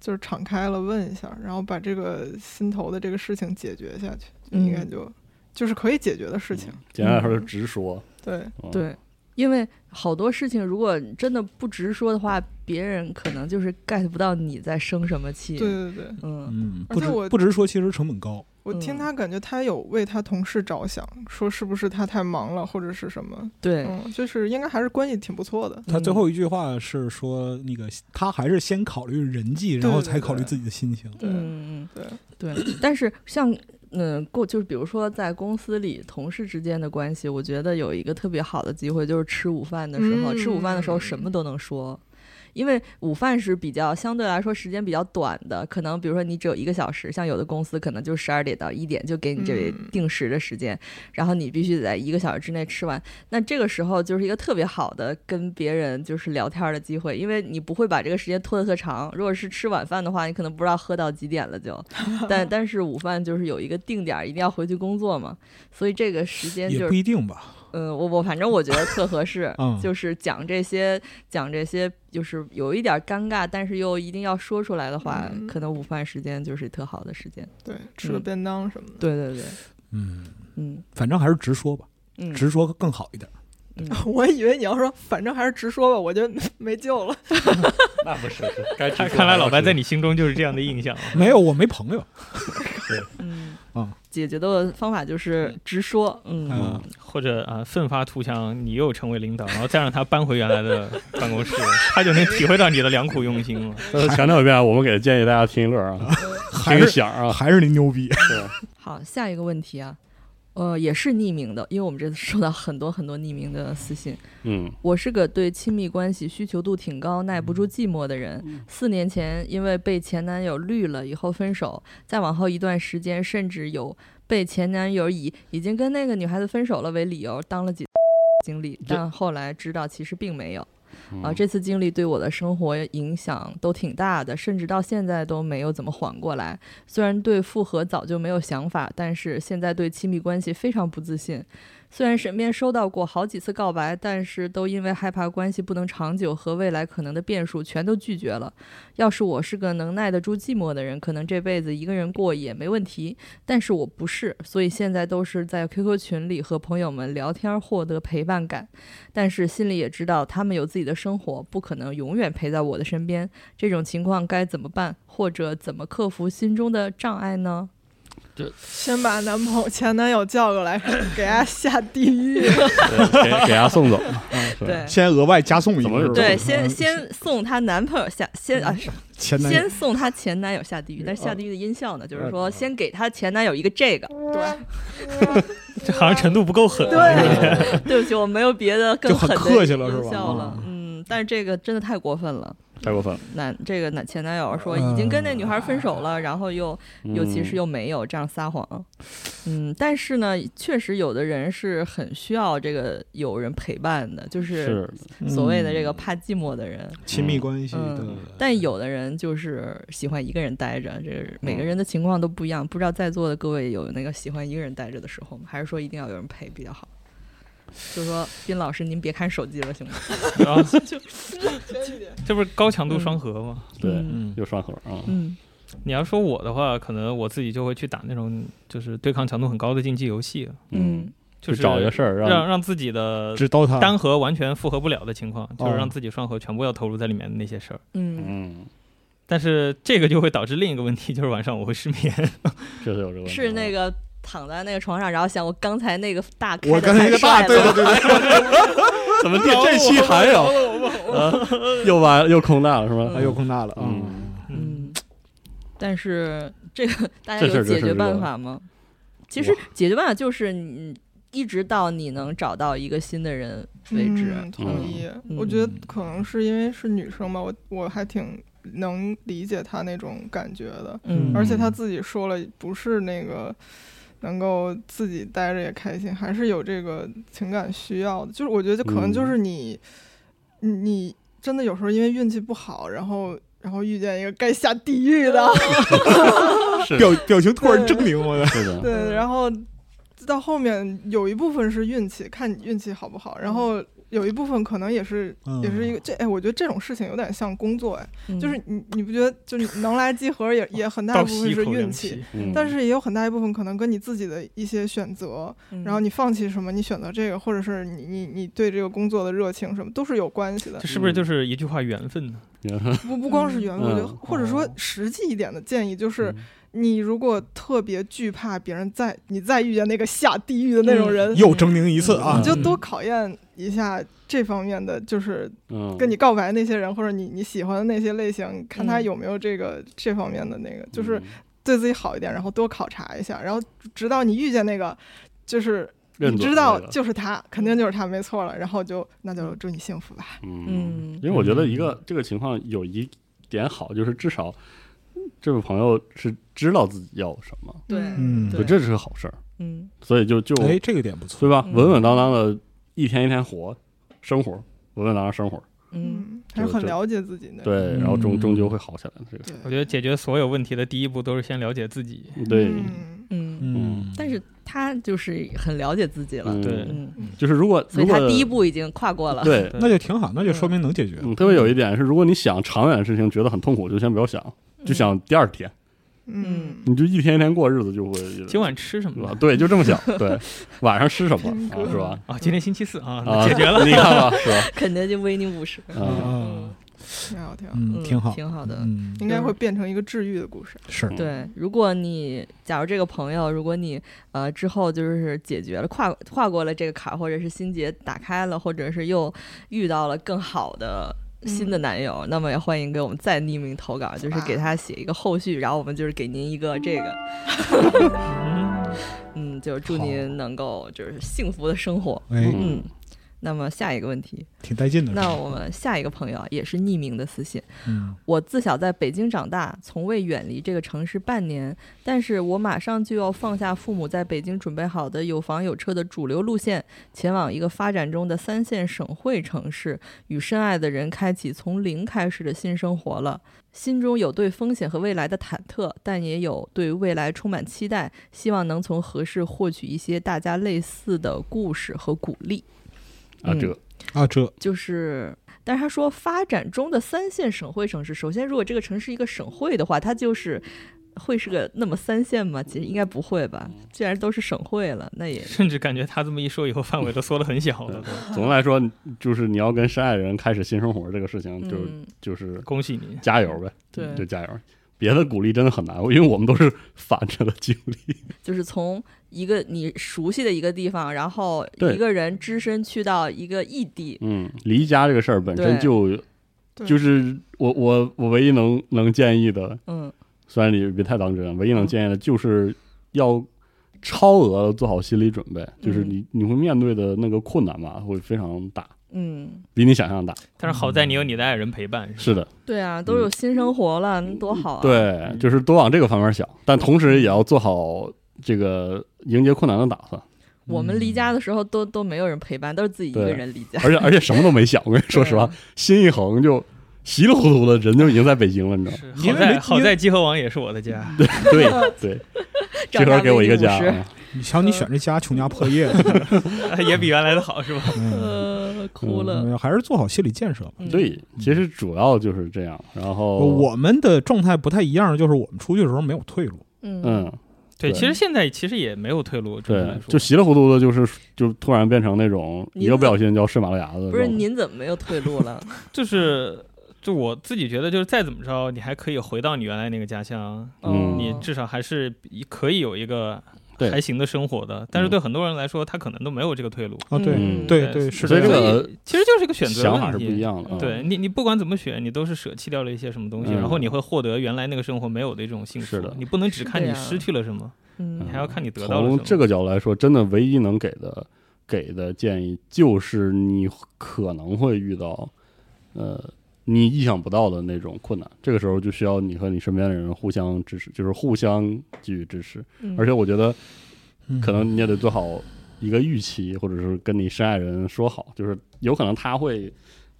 就是敞开了问一下，然后把这个心头的这个事情解决下去，就应该嗯就、就是可以解决的事情。简单来说，就直说。对，嗯，对。因为好多事情，如果真的不直说的话，别人可能就是 get 不到你在生什么气。对，对对。嗯嗯，而不且直我不直说，其实成本高。我听嗯他感觉他有为他同事着想，说是不是他太忙了或者是什么，对，嗯，就是应该还是关系挺不错嗯的。他最后一句话是说，那个他还是先考虑人际，然后才考虑自己的心情。对嗯对，对，但是像嗯，过就是比如说在公司里同事之间的关系，我觉得有一个特别好的机会就是吃午饭的时候，吃午饭的时候什么都能说。因为午饭是比较相对来说时间比较短的，可能比如说你只有一个小时，像有的公司可能就十二点到一点就给你这嗯定时的时间，然后你必须得在一个小时之内吃完。那这个时候就是一个特别好的跟别人就是聊天的机会，因为你不会把这个时间拖得特长。如果是吃晚饭的话，你可能不知道喝到几点了 (laughs) 就，但但是午饭就是有一个定点儿，一定要回去工作嘛，所以这个时间也就不是，一定吧。，嗯，我我反正我觉得特合适 (laughs) 嗯就是讲这些讲这些，就是有一点儿尴尬，但是又一定要说出来的话，嗯可能午饭时间就是特好的时间。对，吃个嗯便当什么的。对对对，嗯，嗯反正还是直说吧，嗯，直说更好一点。嗯 (laughs) 我以为你要说，反正还是直说吧，我就 (laughs) 没救了。那不是，该看看来老白在你心中就是这样的印象啊。没有，我没朋友。嗯啊解决的方法就是直说，嗯嗯 (laughs) 或者啊，奋发图强，你又成为领导，然后再让他搬回原来的办公室，他就能体会到你的良苦用心了。再强调一遍啊，我们给建议大家听一乐啊，听还个是响啊，还是你牛逼。好，下一个问题啊，呃，也是匿名的，因为我们这次收到很多很多匿名的私信。嗯，我是个对亲密关系需求度挺高、耐不住寂寞的人。四年前因为被前男友绿了以后分手，再往后一段时间，甚至有被前男友以已经跟那个女孩子分手了为理由当了几次 (laughs) 经历，但后来知道其实并没有。啊，嗯这次经历对我的生活影响都挺大的，甚至到现在都没有怎么缓过来。虽然对复合早就没有想法，但是现在对亲密关系非常不自信。虽然身边收到过好几次告白，但是都因为害怕关系不能长久和未来可能的变数，全都拒绝了。要是我是个能耐得住寂寞的人，可能这辈子一个人过也没问题。但是我不是，所以现在都是在 QQ 群里和朋友们聊天，获得陪伴感。但是心里也知道他们有自己的生活，不可能永远陪在我的身边。这种情况该怎么办，或者怎么克服心中的障碍呢？先把男朋友、前男友叫过 (coughs) 来，给他下地狱。对给给他送走， (laughs) 嗯，是对先额外加送一怎么个，对，是吧先 (laughs) 先送她男朋友下，先啊，是前嗯男友哦嗯先送她前男友下地狱。但是下地狱的音效呢，就是说啊先给她前男友一个这个。对，这好像程度不够狠啊。对 (laughs) 对不起，我没有别的更就很狠的客气了是吧音效了啊嗯。嗯，但是这个真的太过分了。太过分了。男这个男前男友说嗯已经跟那女孩分手了，然后又又其实又又没有这样撒谎。嗯，但是呢，确实有的人是很需要这个有人陪伴的，就是是所谓的这嗯个怕寂寞的人。亲密关系嗯的，但有的人就是喜欢一个人待着，这个每个人的情况都不一样。不知道在座的各位有那个喜欢一个人待着的时候吗？还是说一定要有人陪比较好？就说斌老师，您别看手机了，行吗？然 (laughs) 后深一点。这不是高强嗯度双核吗？对，嗯，又双核啊，嗯你要说我的话，可能我自己就会去打那种就是对抗强度很高的竞技游戏，嗯，就就是找一个事儿让让让自己的只嗯刀他单核完全复合不了的情况，就是哦让自己双核全部要投入在里面的那些事儿。嗯嗯，但是这个就会导致另一个问题，就是晚上我会失眠。这是有这嗯个问题啊是那个躺在那个床上，然后想我刚才那个大开我的刚才太一个帅大，了，对对对对，怎么这 (laughs) 这期还有啊，又完又空大了是吧？哎，又空大了啊！嗯嗯，但是这个大家这事有儿这解事儿决是办有法吗？其实解决办法就是你一直到你能找到一个新的人为止。嗯同嗯意。嗯我觉得可能是因为是女生吧，我我还挺能理解她那种感觉的，嗯而且她自己说了，不是那个。能够自己待着也开心，还是有这个情感需要的。就是我觉得可能就是你，你你真的有时候因为运气不好，然后然后遇见一个该下地狱 (laughs) 的， (laughs) 嗯表表情突然狰狞，我的 (laughs) 是的，对，然后到后面有一部分是运气，看你运气好不好，然嗯后有一部分可能也是、也是一嗯个这哎，我觉得这种事情有点像工作哎，嗯就是你你不觉得就是能来集合也也很大倒一部吸分一是口凉运气气，， (laughs) 嗯但是也有很大一部分可能跟你自己的一些选择，嗯然后你放弃什么，你选择这个，或者是你你你对这个工作的热情什么都是有关系的 (laughs) 这，是不是就是一句话缘分呢？不不光是缘分，我觉得嗯或者说哦实际一点的建议就是。你如果特别惧怕别人再你再遇见那个下地狱的那种嗯人，又狰狞一次啊！你就多考验一下这方面的，就是嗯，跟你告白那些人，或者你你喜欢的那些类型，看他嗯有没有这个这方面的那个，就是嗯对自己好一点，然后多考察一下，然后直到你遇见那个，就是认你准知那道个就是他，肯定就是他，没错了，然后就那就祝你幸福吧。嗯嗯，因为我觉得一个这个情况有一点好，就是至少这位朋友是知道自己要什么，对嗯对对，这是个好事儿，嗯所以就就哎，这个点不错，对吧，嗯稳稳当当的，一天一天活，生活稳稳当当生活，嗯，还是就很就了解自己的。对，嗯然后终终究会好起来的，这个对我觉得解决所有问题的第一步都是先了解自己。对，嗯，嗯，嗯，但是他就是很了解自己了，嗯对嗯，就是如果所以如他果第一步已经跨过了， (laughs) 对。那就挺好，那就说明能解决。嗯，特别有一点是，如果你想长远的事情觉得很痛苦，就先不要想，就想第二天，嗯，你就一天一天过日子就会。今晚吃什是么吧呢？？对，就这么想。对，晚上吃什么真啊格是吧？啊，今天星期四啊，啊，解决了。你看吧，是吧？ (laughs) 肯德基维尼五十，嗯啊，啊，挺好，挺好，嗯，挺好，挺好的，嗯，应该会变成一个治愈的故事。是，嗯对，如果你假如这个朋友，如果你呃之后就是解决了跨跨过了这个坎儿，或者是心结打开了，或者是又遇到了更好的新的男友，那么也欢迎给我们再匿名投稿，就是给他写一个后续，然后我们就是给您一个这个，嗯嗯，就是祝好您能够就是幸福的生活，哎，嗯。那么下一个问题，挺带劲的。那我们下一个朋友啊也是匿名的私信，嗯，我自小在北京长大，从未远离这个城市半年，但是我马上就要放下父母在北京准备好的有房有车的主流路线，前往一个发展中的三线省会城市，与深爱的人开启从零开始的新生活了。心中有对风险和未来的忐忑，但也有对未来充满期待，希望能从合适获取一些大家类似的故事和鼓励。啊，这啊，这就是，但是他说发展中的三线省会城市，首先如果这个城市一个省会的话，它就是会是个那么三线吗？其实应该不会吧，既然都是省会了，那也甚至感觉他这么一说以后，范围都缩得很小了。总的来说，就是你要跟深爱的人开始新生活这个事情，就嗯，就是恭喜你，加油呗，对就加油。别的鼓励真的很难，因为我们都是反着的经历。就是从一个你熟悉的一个地方，然后对一个人只身去到一个异地，嗯，离家这个事儿本身对就对就是我我我唯一能能建议的，嗯虽然你别太当真，啊唯一能嗯建议的就是要超额的做好心理准备，就是嗯你你会面对的那个困难吧，会非常大。嗯，比你想象大。但是好在你有你的爱人陪伴，嗯是吧的，对啊，都有新生活了，那多好啊！，嗯对，就是多往这个方面想，但同时也要做好这个迎接困难的打算，我们嗯离家的时候都都没有人陪伴，都是自己一个人离家。而且而且什么都没想。我跟你说实嗯话， (laughs) 心一横就稀里糊涂的人就已经在北京了，你知道吗？是好因为在没好在集合网也是我的家， (laughs) (laughs) 对对，这长会大儿给我一个为家五十啊，你瞧你选这家穷家破业，也比原来的好，是吧？嗯，呃，哭了。嗯还是做好心理建设吧。嗯对，其实主要就是这样。然后我们的状态不太一样，就是我们出去的时候没有退路，嗯嗯，对，对其实现在其实也没有退路，准确对来，说就稀里糊涂的，就是就突然变成那种您一个不小心就要睡马路牙子的不是状态。您怎么没有退路了？就是就我自己觉得，就是再怎么着，你还可以回到你原来那个家乡，嗯哦你至少还是比可以有一个对还行的生活的。但是对很多人来说，他可能都没有这个退路。啊对嗯对对是所以这这样的个其实就是一个选择想法问是不题。一样的。啊，对你，你不管怎么选，你都是舍弃掉了一些什么东西，嗯然后你会获得原来那个生活没有的一种幸福。是的你不能只看你是的呀失去了什么，你嗯还要看你得到了什从么。这个角度来说，真的唯一能给的给的建议就是你可能会遇到，呃，你意想不到的那种困难。这个时候就需要你和你身边的人互相支持，就是互相给予支持。嗯而且我觉得嗯可能你也得做好一个预期，或者是跟你深爱人说好，就是有可能他会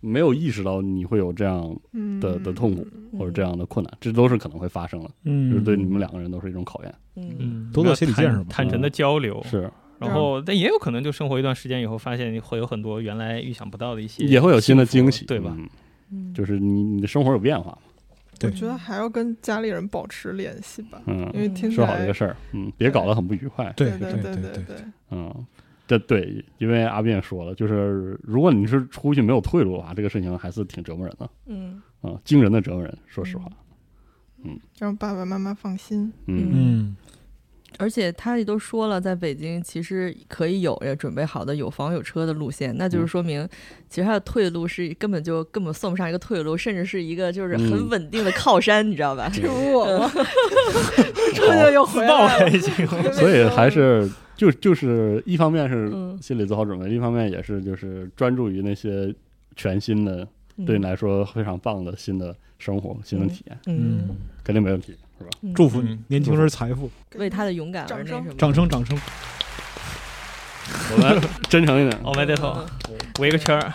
没有意识到你会有这样嗯的的痛苦嗯或者这，样的困难，这都是可能会发生的，就是嗯，对你们两个人都是一种考验。嗯嗯，多做心理建设坦吧坦诚的交流，嗯是，然后但也有可能就生活一段时间以后，发现你会有很多原来预想不到的一些，也会有新的惊喜，对吧？嗯嗯，就是你你的生活有变化嘛，我觉得还要跟家里人保持联系吧，因嗯，为听起说好这来个事儿，嗯，别搞得很不愉快，对对对对对对，嗯。这对，因为阿斌也说了，就是如果你是出去没有退路的话，这个事情还是挺折磨人的，嗯啊、惊人的折磨人。说实话，让爸爸妈妈放心。嗯嗯而且他也都说了，在北京其实可以有着准备好的有房有车的路线，那就是说明，其实他的退路是根本就根本算不上一个退路，甚至是一个就是很嗯稳定的靠山，你知道吧？这不我吗？好出去又自回爆来还 (laughs) 了，行。所以还是就就是一方面是嗯心理做好准备，另一方面也是就是专注于那些全新的，嗯对你来说非常棒的新的生活、新的体验，嗯，嗯，肯定没问题，是吧？嗯祝福你嗯年轻时财富，为他的勇敢而那掌声什么，掌声掌声，我们真诚一点，哦我没得头，围个圈儿。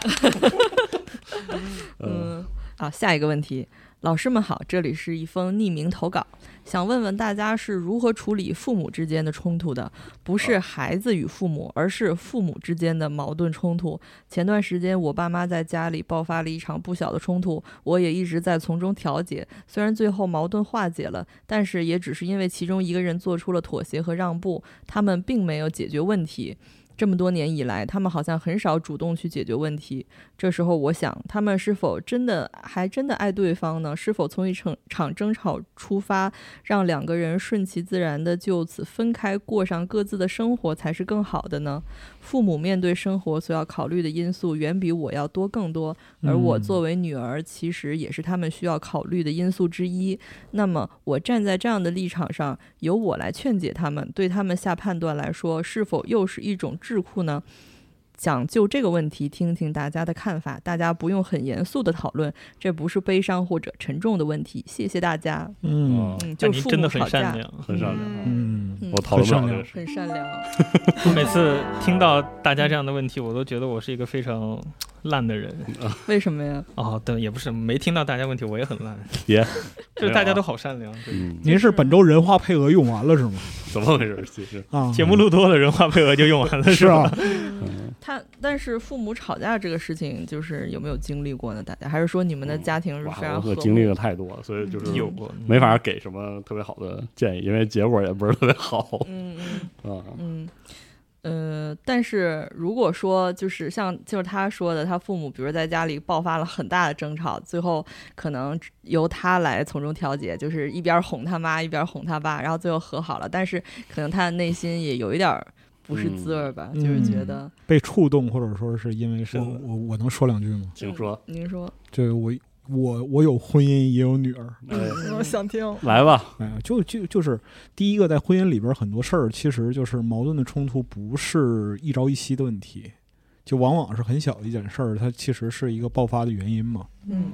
嗯，嗯，啊，下一个问题，老师们好，这里是一封匿名投稿，想问问大家是如何处理父母之间的冲突的？不是孩子与父母，而是父母之间的矛盾冲突。前段时间我爸妈在家里爆发了一场不小的冲突，我也一直在从中调解，虽然最后矛盾化解了，但是也只是因为其中一个人做出了妥协和让步，他们并没有解决问题。这么多年以来，他们好像很少主动去解决问题，这时候，我想他们是否真的还真的爱对方呢？是否从一场场争吵出发，让两个人顺其自然的就此分开，过上各自的生活才是更好的呢？父母面对生活所要考虑的因素远比我要多更多，而我嗯作为女儿，其实也是他们需要考虑的因素之一。那么，我站在这样的立场上，由我来劝解他们，对他们下判断来说，是否又是一种智库呢？想就这个问题听听大家的看法，大家不用很严肃的讨论，这不是悲伤或者沉重的问题。谢谢大家。嗯哦嗯，就但是啊您父真母的很吵善架，良， (laughs) 很善良啊，嗯，嗯我讨论不了这个事。很善良。我每次听到大家这样的问题，我都觉得我是一个非常烂的人。为什么呀？哦，对，也不是，没听到大家问题，我也很烂。别， (laughs) 就是大家都好善良。对嗯，您是本周人话配额用完了是吗？怎么回事？其实，啊， (laughs) 节目录多了，人话配合就用完了，是吧？啊，嗯他但是父母吵架这个事情，就是有没有经历过呢？大家还是说你们的家庭是非嗯哇，常我和可睦嗯经历的太多了，所以就是有过，没法给什么特别好的建议，因为结果也不是特别好嗯嗯 (laughs) 啊。嗯。呃，但是如果说就是像就是他说的，他父母比如在家里爆发了很大的争吵，最后可能由他来从中调解，就是一边哄他妈，一边哄他爸，然后最后和好了。但是可能他的内心也有一点儿不是滋味儿吧，就是觉得被触动，或者说是因为是说的我我能说两句吗？嗯请说，您说，对我我我有婚姻也有女儿，嗯哎我哦想听。来吧，嗯哎呀，就就就是第一个，在婚姻里边很多事儿，其实就是矛盾的冲突不是一朝一夕的问题，就往往是很小的一件事儿，它其实是一个爆发的原因嘛。嗯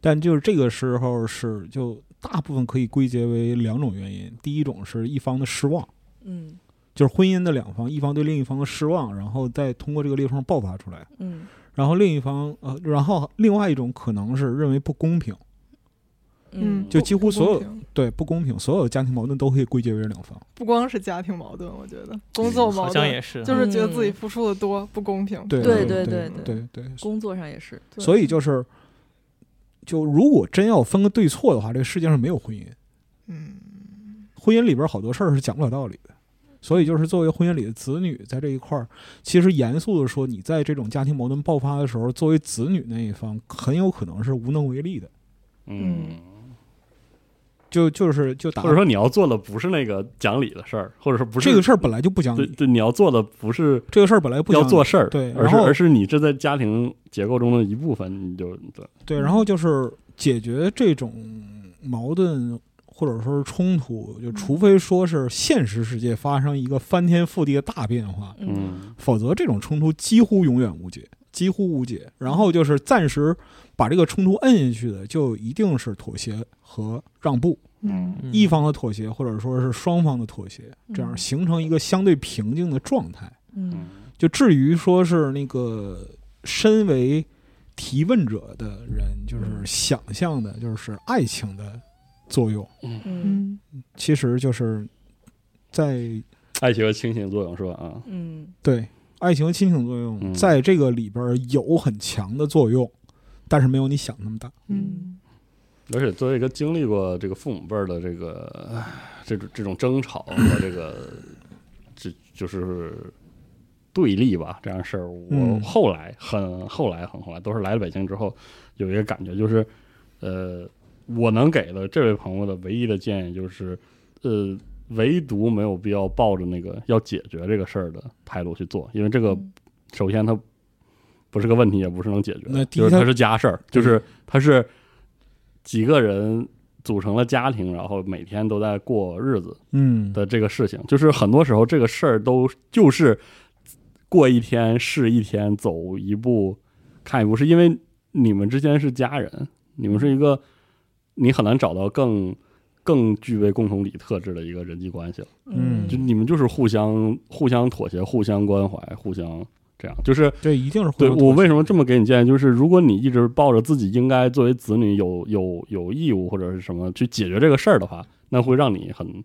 但就是这个时候是就大部分可以归结为两种原因，第一种是一方的失望，嗯就是婚姻的两方，一方对另一方的失望，然后再通过这个裂缝爆发出来。嗯然后另一方呃，然后另外一种可能是认为不公平，嗯，就几乎不所有公平对不公平，所有家庭矛盾都可以归结为这两方。不光是家庭矛盾，我觉得工作嗯矛好像盾也是，啊就是觉得自己付出的多，不公平。对对对对对对对，工作上也是，对所以就是，就如果真要分个对错的话，这个世界上没有婚姻，嗯，婚姻里边好多事儿是讲不了道理的。所以就是作为婚姻里的子女，在这一块儿，其实严肃的说，你在这种家庭矛盾爆发的时候，作为子女那一方，很有可能是无能为力的。嗯，就就是就打或者说你要做的不是那个讲理的事儿，或者说不是这个事儿本来就不讲对理，对，你要做的不是这个事儿本来不讲要理做事儿，对而然是后而是你这在家庭结构中的一部分，你就对，对，然后就是解决这种矛盾或者说是冲突，就除非说是现实世界发生一个翻天覆地的大变化，嗯嗯否则这种冲突几乎永远无解，几乎无解。然后就是暂时把这个冲突摁下去的，就一定是妥协和让步，嗯嗯一方的妥协或者说是双方的妥协，这样嗯形成一个相对平静的状态。嗯嗯就至于说是那个身为提问者的人，嗯就是想象的，就是爱情的作用，嗯嗯其实就是在爱情和清醒作用是吧？啊，嗯对爱情清醒作用嗯在这个里边儿有很强的作用，但是没有你想那么大。嗯而且作为一个经历过这个父母辈儿的这个唉这种这种争吵和这个这就是对立吧，这样事儿，我嗯后来很后来很后来都是来了北京之后有一个感觉就是，呃，我能给的这位朋友的唯一的建议就是，呃。唯独没有必要抱着那个要解决这个事儿的态度去做，因为这个嗯首先它不是个问题，也不是能解决的，那第一就是它它是家事儿，就是它是几个人组成了家庭，然后每天都在过日子嗯，的这个事情，就是很多时候这个事儿都就是过一天是一天，走一步看一步，是因为你们之间是家人，你们是一个，你很难找到更更具备共同理特质的一个人际关系了。嗯就你们就是互相互相妥协、互相关怀、互相这样，就是这一定是互对相妥协我为什么这么给你建议，就是如果你一直抱着自己应该作为子女有有有义务或者是什么去解决这个事儿的话，那会让你很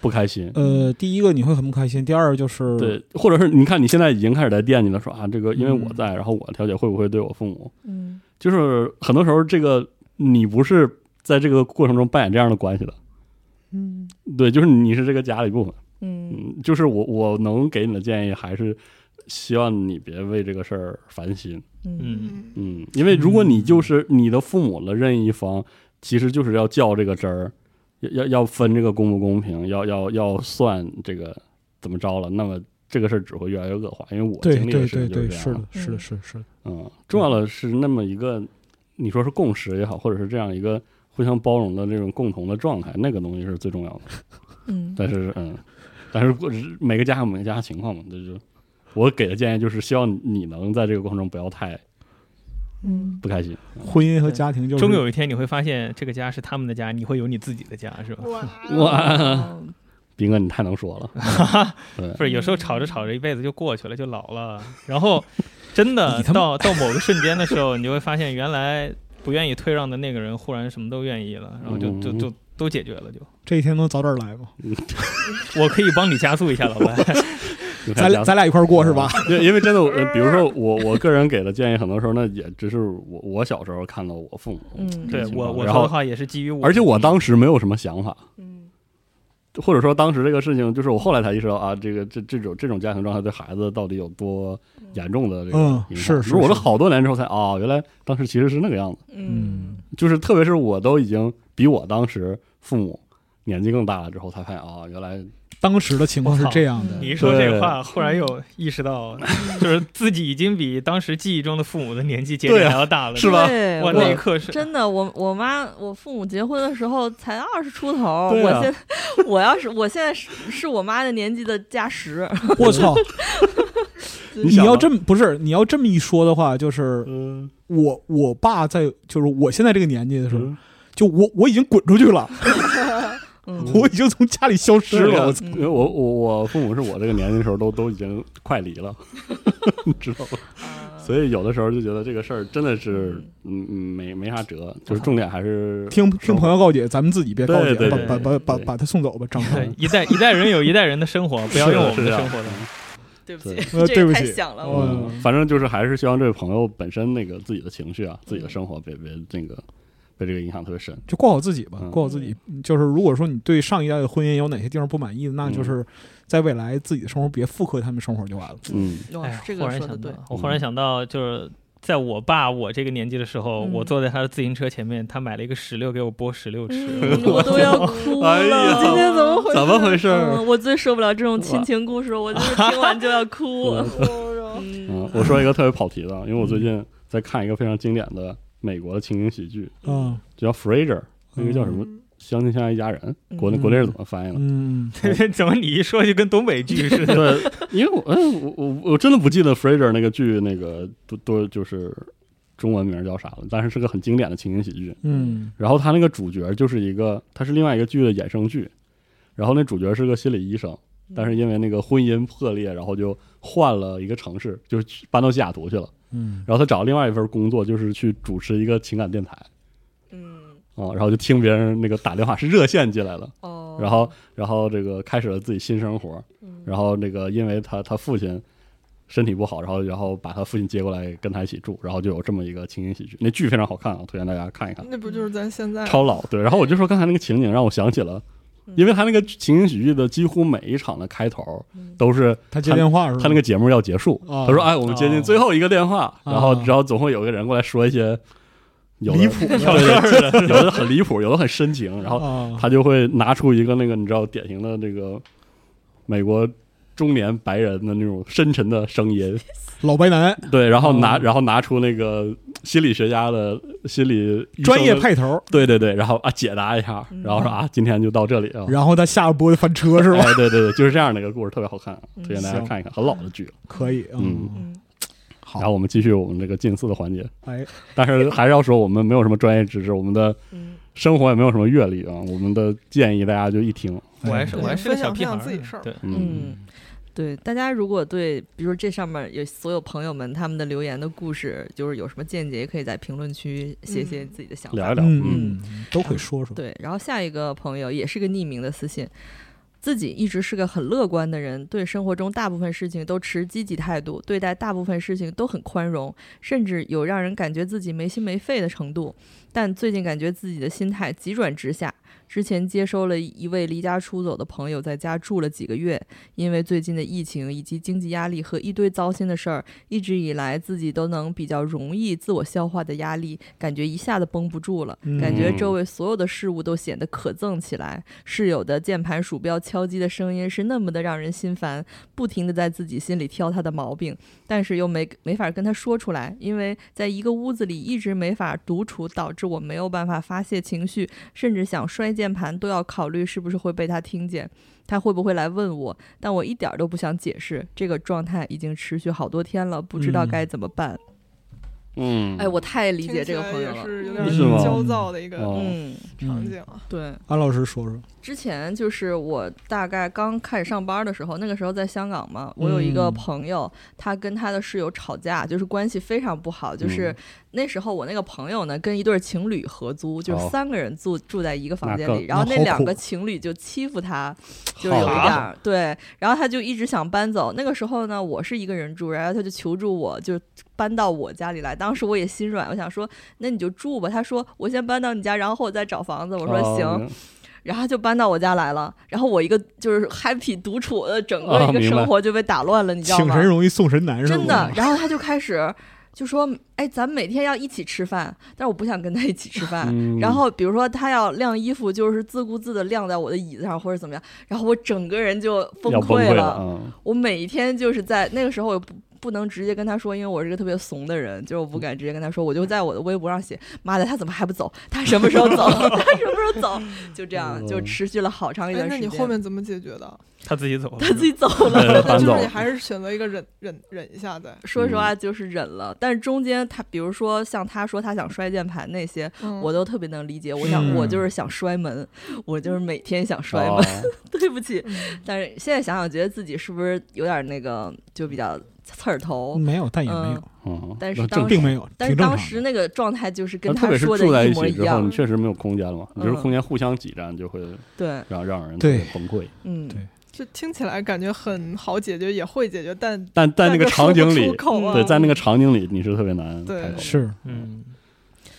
不开心。呃，第一个你会很不开心，第二就是对，或者是你看你现在已经开始在惦记了，说啊这个因为嗯我在，然后我调解会不会对我父母？嗯就是很多时候这个你不是在这个过程中扮演这样的关系的，嗯对，就是你是这个家的一部分。嗯嗯，就是我我能给你的建议还是希望你别为这个事儿烦心。嗯嗯嗯嗯，因为如果你就是你的父母的任意一方，其实就是要较这个真儿，要要要分这个公不公平，要要要算这个怎么着了，那么这个事儿只会越来越恶化。因为我对经历对的事对情就是对，这是样的的。，是的，是的，是的，嗯，重要的是那么一个，你说是共识也好，或者是这样一个互相包容的这种共同的状态，那个东西是最重要的。嗯但是嗯， (laughs) 但是不每个家有每个家的情况嘛，这就我给的建议就是希望你能在这个过程中不要太嗯不开心。婚姻和家庭就是终有一天你会发现这个家是他们的家，你会有你自己的家，嗯是吧？嗯哇，哦斌哥你太 (laughs) 能说了，不是，有时候吵嗯着吵着一辈子就过去了，就老了。然后真的你他妈到到某个瞬间的时候，你就会发现原来不愿意退让的那个人，忽然什么都愿意了，然后就就嗯就都解决了。就这一天能早点来吗？我可以帮你加速一下，老 (laughs) 白。你咱看俩咱俩一块儿过是吧？？因为因为真的，呃比如说我我个人给的建议，很多时候那也只是我我小时候看到我父母，嗯对我我然说的后话也是基于我，而且我当时没有什么想法，嗯或者说当时这个事情，就是我后来才意识到啊，这个这这种这种家庭状态对孩子到底有多严重的这个嗯影响。是是就是我都是好多年之后才哦，原来当时其实是那个样子。嗯就是特别是我都已经比我当时父母年纪更大了之后，才发现哦，原来当时的情哦况是这样我的操，你一说这对个话，忽然有意识到，就是自己已经比当时记忆中的父母的年纪节对点啊还要大了，是吧对哇，我那一刻是真的，我我妈我父母结婚的时候才二十出头，对啊我现我要是我现在是是我妈的年纪的加十，我操！你你你想要吧这么不是你要这么一说的话，就是嗯我我爸在就是我现在这个年纪的时候，嗯就我我已经滚出去 (laughs) 了，嗯，我已经从家里消失是了。我了操，嗯我我我父母是我这个年纪的时候都都已经快离 (laughs) 了，你知道吧？啊所以有的时候就觉得这个事儿真的是嗯啊嗯没没啥辙，就是重点还是听听朋友告诫，咱们自己别告诫，对对把把把把对把他送走吧，张对三。一代一代人有一代人的生活，不要用我们是的这样生活了。对不起对，呃这对也不太起响了，哦我嗯，反正就是还是希望这位朋友本身那个自己的情绪啊，自己的生活别别那个被这个影响特别深。就过好自己吧，嗯过好自己。就是如果说你对上一代的婚姻有哪些地方不满意，那就是在未来自己的生活别复刻他们生活就完了。嗯，哇哦哎呀，这忽个然说的想到嗯对，，我忽然想到，就是在我爸我这个年纪的时候，嗯我坐在他的自行车前面，他买了一个石榴给我剥石榴吃。嗯我都要哭了。哎呀今天怎么回事？怎么回事儿嗯我最受不了这种亲情故事，我就是听完就要哭。嗯 (laughs) 哦嗯，我说一个特别跑题的，因为我最近在看一个非常经典的美国的情景喜剧，嗯就叫 Frasier，那个叫什么嗯《相亲相爱一家人》，国内嗯国内是怎么翻译的？嗯， (laughs) 怎么你一说就跟东北剧 (laughs) 似的？对，因为我嗯我我我真的不记得 Fraser 那个剧那个多多就是中文名叫啥了，但是是个很经典的情景喜剧。嗯然后他那个主角就是一个，他是另外一个剧的衍生剧，然后那主角是个心理医生，但是因为那个婚姻破裂，然后就换了一个城市，就是去搬到西雅图去了。嗯，然后他找另外一份工作，就是去主持一个情感电台嗯啊、然后就听别人那个打电话是热线进来了。哦，嗯然后然后这个开始了自己新生活，然后那个因为他他父亲身体不好，然后然后把他父亲接过来跟他一起住，然后就有这么一个情景喜剧，那剧非常好看啊，推荐大家看一看，那不就是咱现在超老对。然后我就说刚才那个情景让我想起了。因为他那个情景喜剧的几乎每一场的开头都是他接电话是吧？他那个节目要结束，啊他说：“哎，我们接近最后一个电话。”然后啊然后总会有一个人过来说一些有的离谱的有的有的很离谱，有的很深情，然后啊，他就会拿出一个那个你知道典型的这个美国中年白人的那种深沉的声音，老白男对，然后拿哦然后拿出那个心理学家的心理医生的专业，派头，对对对，然后啊解答一下，然后说啊今天就到这里啊，然后他下一波就翻车是吧？哎对对对，就是这样的一个故事，特别好看，推荐大家行看一看，很老的剧了。可以，嗯，嗯好然后我们继续我们这个近似的环节，哎，但是还是要说我们没有什么专业知识，我们的嗯，生活也没有什么阅历啊，我们的建议大家就一听，我还是对我还是个分小享屁孩儿分享自己事儿对，嗯嗯，对，大家如果对，比如这上面有所有朋友们他们的留言的故事，就是有什么见解，也可以在评论区写写嗯自己的想法。聊一聊，嗯嗯，都可以说说，对，然后下一个朋友也是个匿名的私信，自己一直是个很乐观的人，对生活中大部分事情都持积极态度，对待大部分事情都很宽容，甚至有让人感觉自己没心没肺的程度。但最近感觉自己的心态急转直下。之前接收了一位离家出走的朋友，在家住了几个月，因为最近的疫情以及经济压力和一堆糟心的事儿，一直以来自己都能比较容易自我消化的压力，感觉一下子绷不住了，嗯感觉周围所有的事物都显得可憎起来。室友的键盘、鼠标敲击的声音是那么的让人心烦，不停的在自己心里挑他的毛病，但是又没没法跟他说出来，因为在一个屋子里一直没法独处，导致我没有办法发泄情绪，甚至想摔键盘都要考虑是不是会被他听见。他会不会来问我？但我一点儿都不想解释。这个状态已经持续好多天了，不知道嗯该怎么办。嗯，哎，我太理解听起这个来朋友也了。是有是吗点焦躁的一个哦嗯，场景啊。对。安老师说说，之前就是我大概刚开始上班的时候，那个时候在香港嘛，我有一个嗯朋友，他跟他的室友吵架，就是关系非常不好。就是嗯那时候我那个朋友呢，跟一对情侣合租，就是哦三个人住住在一个房间那里，更然后那那好两苦个情侣就欺负他，就好有一啊点儿对，然后他就一直想搬走。那个时候呢，我是一个人住，然后他就求助我，就搬到我家里来。当时我也心软，我想说那你就住吧。他说我先搬到你家，然后我再找房子。我说哦行。，然后就搬到我家来了，然后我一个就是 happy 独处的整啊个一个明白生活就被打乱了，你知道请吗神？容易送神难，是吧真的。，然啊后他就开始就说：“哎，咱们每天要一起吃饭，但是我不想跟他一起吃饭。嗯啊然后比如说他要晾衣服，就是自顾自的晾在我的椅子上或者怎么样，然后我整个人就崩要崩溃了。溃了，嗯我每一天就是在那个时候，我不不能直接跟他说，因为我是个特别怂的人，就是我不敢直接跟他说，我就在我的微博上写：“妈的，他怎么还不走？他什么时候走？他什么时候走？”就这样，就持续了好长一哎段，时那间。你后面怎么解决的？他自己走了，他自己走 (laughs) 了。呃那搬就走是你还是选择一个忍忍忍一下再。说实话，就是忍了，但是中间他，比如说像他说他想摔键盘那些，嗯我都特别能理解。我想，嗯我就是想摔门，我就是每天想摔门 (laughs) 哦。对不起，嗯但是现在想想，觉得自己是不是有点那个，就比较刺儿头。没有，但也没有，嗯，但是那当正时并没有，但是挺正当常的。时那个状态就是跟那特他别是说的住在一模起一之后，样你，确实没有空间了嘛，你就是嗯空间互相挤占，就会对，让让人对特别崩溃。嗯，对这听起来感觉很好解决，也会解决，但但在那但个就场说不景出里，口啊对，在那个场景里你是特别难对开口的。是，嗯，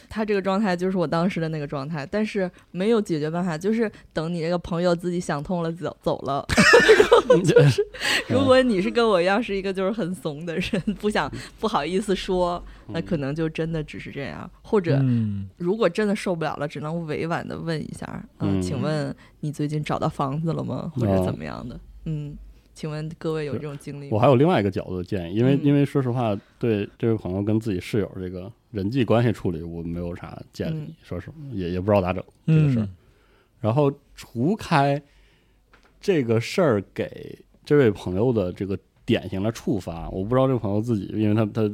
他这个状态就是我当时的那个状态，但是没有解决办法，就是等你这个朋友自己想通了走走了， (laughs) (laughs) 如嗯果你是跟我一样是一个就是很怂的人，不想不好意思说，嗯那可能就真的只是这样。或者嗯，如果真的受不了了，只能委婉的问一下，嗯，嗯哦请问你最近找到房子了吗？或者怎么样的？嗯，请问各位有这种经历我吗？还有另外一个角度的建议，因为嗯因为说实话，对这位朋友跟自己室友这个人际关系处理，我没有啥建嗯议，说实话也也不知道咋整。这个事儿嗯，然后除开这个事儿给这位朋友的这个典型的触发，我不知道这个朋友自己，因为他他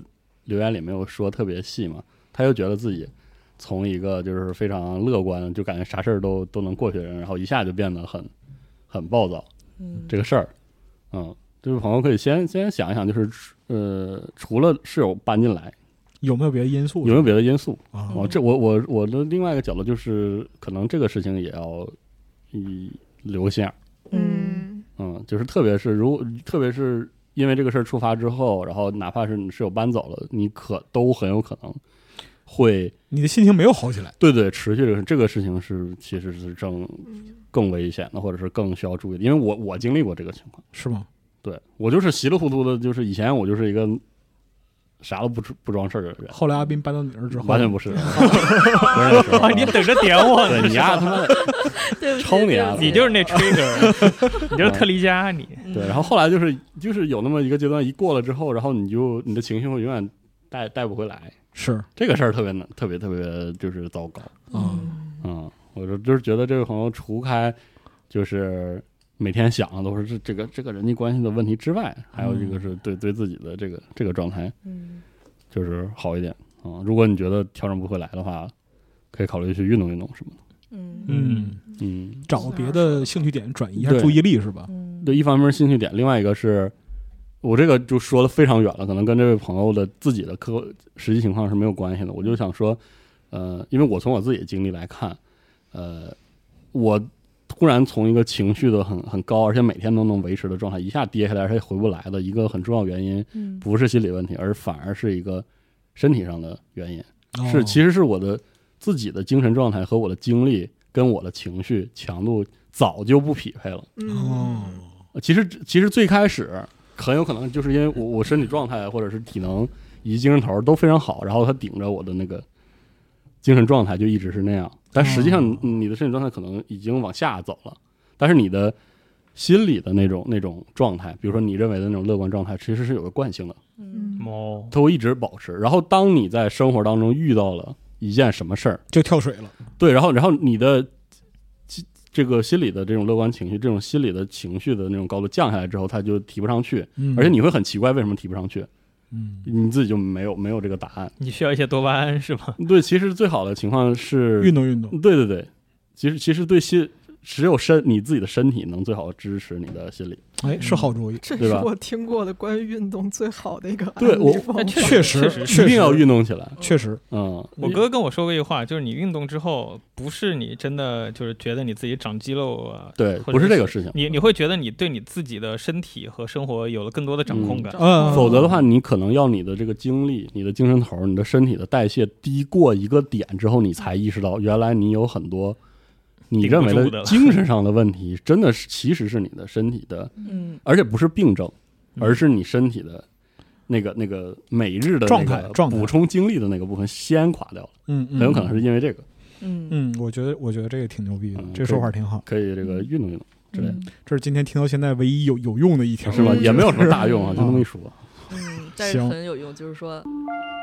留言里没有说特别细嘛，他又觉得自己从一个就是非常乐观，就感觉啥事儿都都能过去的人，然后一下就变得很很暴躁。嗯这个事儿，嗯，这位朋友可以先先想一想，就是呃，除了室友搬进来，有没有别的因素？有没有别的因素？啊？哦，这我我我的另外一个角度就是，可能这个事情也要一留心眼儿，嗯嗯嗯，就是特别是如特别是因为这个事儿触发之后，然后哪怕是你室友搬走了，你可都很有可能会你的心情没有好起来，对对持续这个这个事情是其实是正嗯更危险的，或者是更需要注意的，因为我我经历过这个情况。是吗？对我就是稀里糊涂的，就是以前我就是一个啥都不知不装事儿的人，后来阿斌搬到你那儿之后，完全不是，不是那 (laughs) 时候啊，你等着点我呢，对你丫他妈的，对不起，抽你啊对不起你就是那 (laughs) trigger，你就是特利迦，你嗯对，然后后来就是就是有那么一个阶段，一过了之后，然后你就你的情绪会永远带带不回来，是这个事儿特别难，特别特别就是糟糕，啊，嗯，我就就是觉得这位朋友除开就是。每天想的都是这这个这个人际关系的问题之外，还有一个是对对自己的这个这个状态，嗯就是好一点啊、嗯如果你觉得调整不回来的话，可以考虑去运动运动什么的。嗯嗯，嗯，找别的兴趣点转移一下对注意力是吧？嗯，对，一方面是兴趣点，另外一个是我这个就说的非常远了，可能跟这位朋友的自己的客实际情况是没有关系的。我就想说，呃，因为我从我自己的经历来看，呃，我突然从一个情绪的很很高，而且每天都能维持的状态，一下跌下来，而且回不来的一个很重要原因，嗯不是心理问题，而反而是一个身体上的原因。哦是，其实是我的自己的精神状态和我的精力跟我的情绪强度早就不匹配了。嗯哦，呃其实，其实最开始很有可能就是因为我我身体状态或者是体能以及精神头儿都非常好，然后它顶着我的那个精神状态就一直是那样。但实际上，哦你的身体状态可能已经往下走了，但是你的心理的那种那种状态，比如说你认为的那种乐观状态，其实是有个惯性的。嗯猫它会一直保持。然后当你在生活当中遇到了一件什么事儿，就跳水了，对，然后然后你的这这个心理的这种乐观情绪，这种心理的情绪的那种高度降下来之后，它就提不上去，嗯而且你会很奇怪为什么提不上去，嗯你自己就没有没有这个答案。你需要一些多巴胺是 (laughs) 吧？对，其实最好的情况是啊嗯运动运动，对对对，其实其实对心。只有身你自己的身体能最好支持你的心理，哎，是好主意，这对是吧我听过的关于运动最好的一个对案例我方那法确确确实实确一定要实运动起来。确实，嗯，我哥跟我说过一句话，就是你运动之后，不是你真的就是觉得你自己长肌肉啊，对，或者不是这个事情，你你会觉得你对你自己的身体和生活有了更多的掌控感。嗯，否则的话，你可能要你的这个精力、你的精神头儿、你的身体的代谢低过一个点之后，你才意识到原来你有很多你认为顶不住的的了精神上的问题，真的是其实是你的身体的，嗯而且不是病症，嗯而是你身体的那个那个每日的状那态个状态补充精力的那个部分先垮掉了，嗯，嗯很有可能是，因为这个，嗯嗯，我觉得我觉得这个挺牛逼的嗯，这说法挺好，可以这个运动运动之类的，嗯这是今天听到现在唯一有有用的一条，是吧？嗯也没有什么大用啊，就那么一说。嗯，但是行很有用，就是说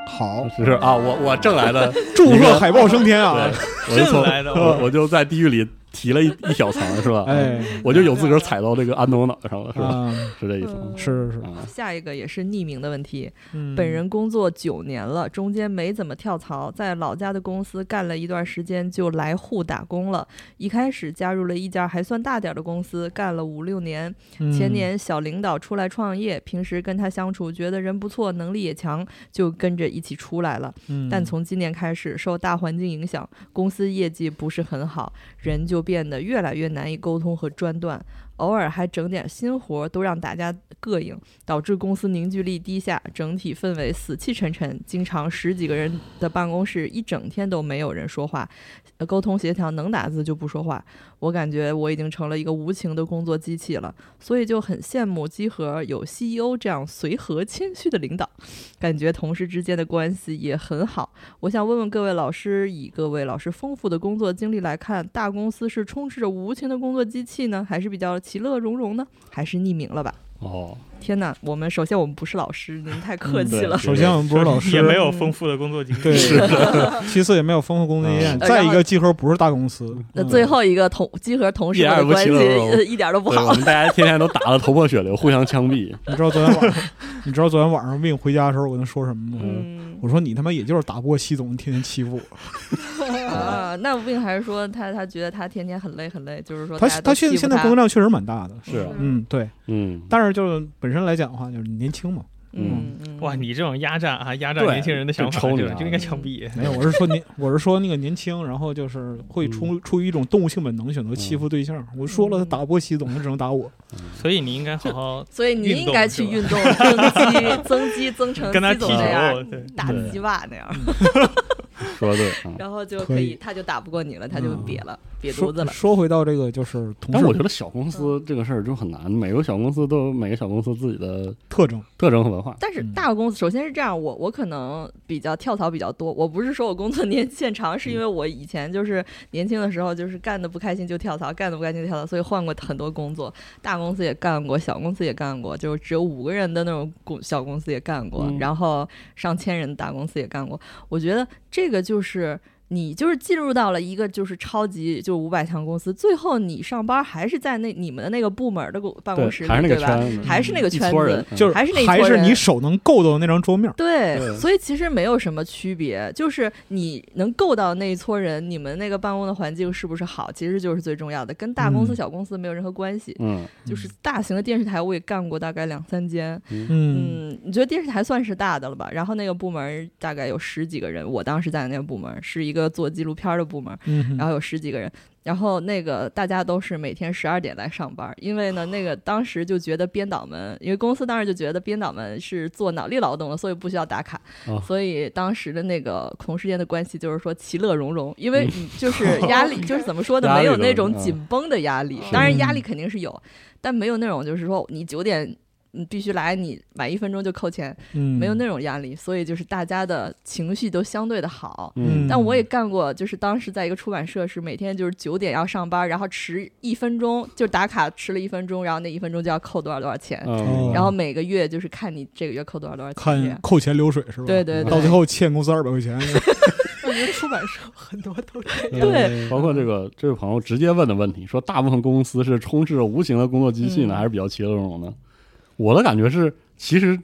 好，是啊，我我挣来的，祝贺海豹升天啊！对，我就挣从来的，哦我我就在地狱里提了一一小层是吧？，哎，我就有资格踩到这个安东脑袋上了 (laughs) 是吧？啊，是这意思吗？是是 (laughs) 是，啊，嗯下一个也是匿名的问题。嗯本人工作九年了，中间没怎么跳槽，在老家的公司干了一段时间，就来沪打工了。一开始加入了一家还算大点儿的公司，干了五六年。嗯前年小领导出来创业，平时跟他相处，觉得人不错，能力也强，就跟着一起出来了。嗯，但从今年开始，受大环境影响，公司业绩不是很好，人就变得越来越难以沟通和专断，偶尔还整点新活儿都让大家膈应，导致公司凝聚力低下，整体氛围死气沉沉，经常十几个人的办公室一整天都没有人说话，呃沟通协调能打字就不说话，我感觉我已经成了一个无情的工作机器了，所以就很羡慕集合有 CEO 这样随和谦虚的领导。感觉同事之间的关系也很好。我想问问各位老师，以各位老师丰富的工作经历来看，大公司是充斥着无情的工作机器呢，还是比较其乐融融呢？还是匿名了吧？哦，天哪，我们首先我们不是老师，您太客气了。首先我嗯们不是老 (laughs) 师，也没有丰富的工作经对历，， (laughs) 其次也没有丰富工作经嗯验，再一个集合不是大公司，嗯那最后一个同集合同事一点们儿的不关其系乐 (laughs) 融呃一点都不对好我。们大家天天都打得头破血流，互相 (laughs) 枪毙，你知道昨天晚上，你知道昨天晚上 Win 回家的时候我跟他说什么吗？嗯我说你他妈也就是打不过西总，你天天欺负我。啊，那吴并还是说他他觉得他天天很累很累，就是说他大家都他现欺负现在工作量确实蛮大的，是啊，嗯对，嗯，但是就是本身来讲的话，就是年轻嘛，嗯嗯哇，你这种压榨啊，压榨对年轻人的想法，就抽就你就啊应该枪毙。没有，我是说年，我是说那个年轻，然后就是会嗯出出于一种动物性本能选择欺负对象。我说嗯了，他打不过西总，他只能 (laughs) 打我。所以你应该好好所以你应该去运动， (laughs) 增肌增肌增 (laughs) 成跟他西踢嗯总那样，球，对，打对鸡巴那样，说的对啊。然后就可可以以，他就打不过你了，他就嗯瘪了，瘪犊说子了。说回到这个就是同但我觉事得小公司这个事儿就很难，每个小公司都有每个小公司自己的特征，特征和文化。但是嗯大公司首先是这样，我我可能比较跳槽比较多，我不是说我工作 (laughs) 年限长，嗯是因为我以前就是年轻的时候就是干的不开心就跳槽，干的不开心就跳槽，所以换过很多工作，大公司也干过，小公司也干过，就是只有五个人的那种公小公司也干过，嗯然后上千人的大公司也干过，我觉得这个就是。你就是进入到了一个就是超级就五百强公司，最后你上班还是在那你们的那个部门的公办对公室，里，还是那个对吧？圈子，还是那个一圈撮子，人，嗯就是是还是那一还撮是人你手能够到的那张桌面。对，对所以其实没有什么区别，就是你能够到那一撮人，你们那个办公的环境是不是好，其实就是最重要的，跟大公司、嗯小公司没有任何关系。嗯就是大型的电视台，我也干过大概两三间。嗯，嗯，你觉得电视台算是大的了吧？然后那个部门大概有十几个人，我当时在的那个部门是一个做纪录片的部门，嗯然后有十几个人，然后那个大家都是每天十二点来上班，因为呢，那个当时就觉得编导们，因为公司当时就觉得编导们是做脑力劳动的，所以不需要打卡，哦所以当时的那个同事间的关系就是说其乐融融，因为你 (laughs) 就是压力，就是怎么说呢，压力没有都那种嗯紧绷的压力，是当然压力肯定是有，但没有那种就是说你九点。你必须来，你晚一分钟就扣钱，嗯没有那种压力，所以就是大家的情绪都相对的好，嗯但我也干过，就是当时在一个出版社是每天就是九点要上班，然后迟一分钟就打卡迟了一分钟，然后那一分钟就要扣多少多少钱，嗯然后每个月就是看你这个月扣多少多少钱。这看样扣钱流水是吧？对对对，到最后欠公司二百块钱。 (laughs) 我觉得出版社很多都这样。对包括这个这位朋友直接问的问题，说大部分公司是充斥着无形的工作机器呢，嗯还是比较其乐融融的？我的感觉是，其实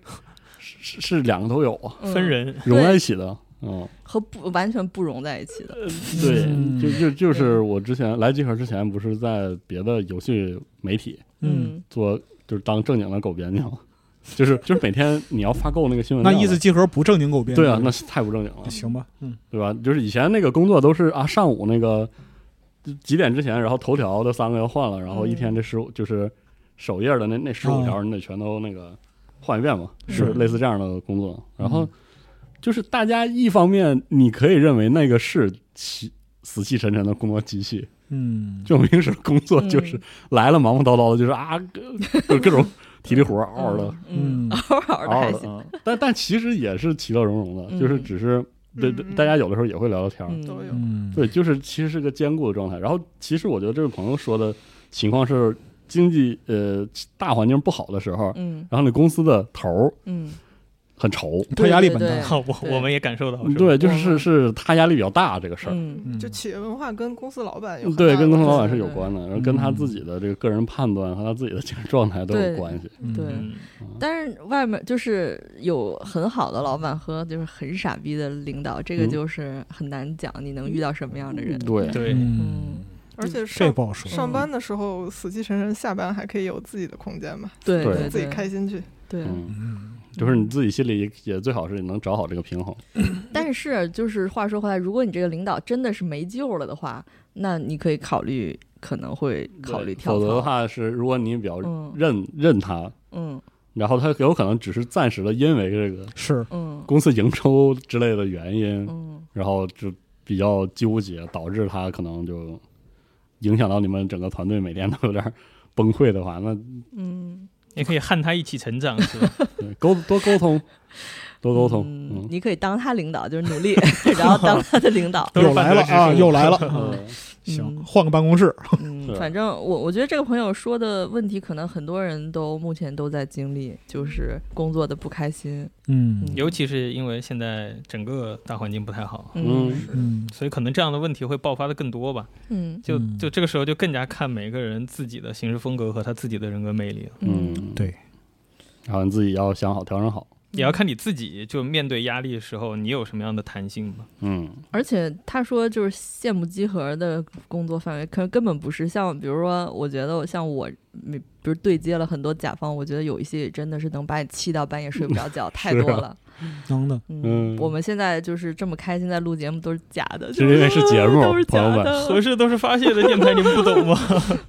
是是是两个都有啊，嗯分人，融在一起的。嗯，和不完全不融在一起的，对，嗯就就就是我之前来集合之前，不是在别的游戏媒体嗯，做，就是当正经的狗编辑嘛， (laughs) 就是就是每天你要发够那个嗯新闻那量嘛，意思集合不正经狗编。对啊，那太不正经了。行吧，嗯对吧？就是以前那个工作都是啊，上午那个就几点之前，然后头条的三个要换了，然后一嗯天这十五、就是首页的那那十五条，你得全都那个换一遍嘛，是类似这样的工作。嗯然后就是大家一方面你可以认为那个是其死气沉沉的工作机器，嗯，就明是工作嗯就是来了忙忙叨叨的，就是啊，各就各种体力 (laughs) 活儿嗷嗷的，嗯，嗯偶尔的嗷嗷还的行，啊。但但其实也是其乐融融的，就是嗯只是。对对嗯，嗯大家有的时候也会聊聊天儿，嗯都有嗯，对，就是其实是个兼顾的状态。然后其实我觉得这位朋友说的情况是，经济呃大环境不好的时候，嗯然后你公司的头儿嗯很愁。他压力蛮大对的。好，啊我对我们也感受到，哦是吧嗯对，就是是是他压力比较大这个事儿。嗯，嗯就企业文化跟公司老板有很对，大跟的公司老关板系是有关的，然后跟他自己的这个个人判断和他自己的精神状态都有对关系。嗯对嗯，但是外面就是有很好的老板和就是很傻逼的领导，这个嗯就是很难讲你能遇到什么样的人。嗯对，对，嗯，而且这上不好说。上班的时候死气沉沉，下班还可以有自己的空间嘛，对对对自己对开心去。对，嗯，嗯，就是你自己心里也也最好是能找好这个平衡。但是就是话说回来，如果你这个领导真的是没救了的话，那你可以考虑可能会考虑对跳否则的槽。话是，如果你比较嗯认、认他，嗯然后他有可能只是暂时的，因为这个是嗯公司营收之类的原因，嗯，然后就比较纠结，导致他可能就影响到你们整个团队每天都有点儿崩溃的话，那嗯，也可以和他一起成长，是吧？对沟多沟通，多沟通，嗯嗯，你可以当他领导，就是努 (laughs) 力， (laughs) 然后当他的领导。都是又来了半泽直啊，树又来 (laughs) 了。啊呃行，嗯换个办公室。嗯，是反正我我觉得这个朋友说的问题，可能很多人都目前都在经历，就是工作的不开心。嗯尤其是因为现在整个大环境不太好，嗯嗯所以可能这样的问题会爆发的更多吧。嗯就嗯就这个时候就更加看每个人自己的行事风格和他自己的人格魅力了，嗯，对，然后你自己要想好，调整好，也嗯要看你自己就面对压力的时候你有什么样的弹性吧。嗯，而且他说，就是羡慕集合的工作范围，可根本不是像，比如说，我觉得像我，嗯比如对接了很多甲方，我觉得有一些真的是能把你气到半夜睡不着 (laughs) 觉，太多了。能的。嗯嗯我们现在就是这么开心在录节目都是假的，是因为是节目都是假朋友的，们合适都是发泄的电台，你们不懂吗？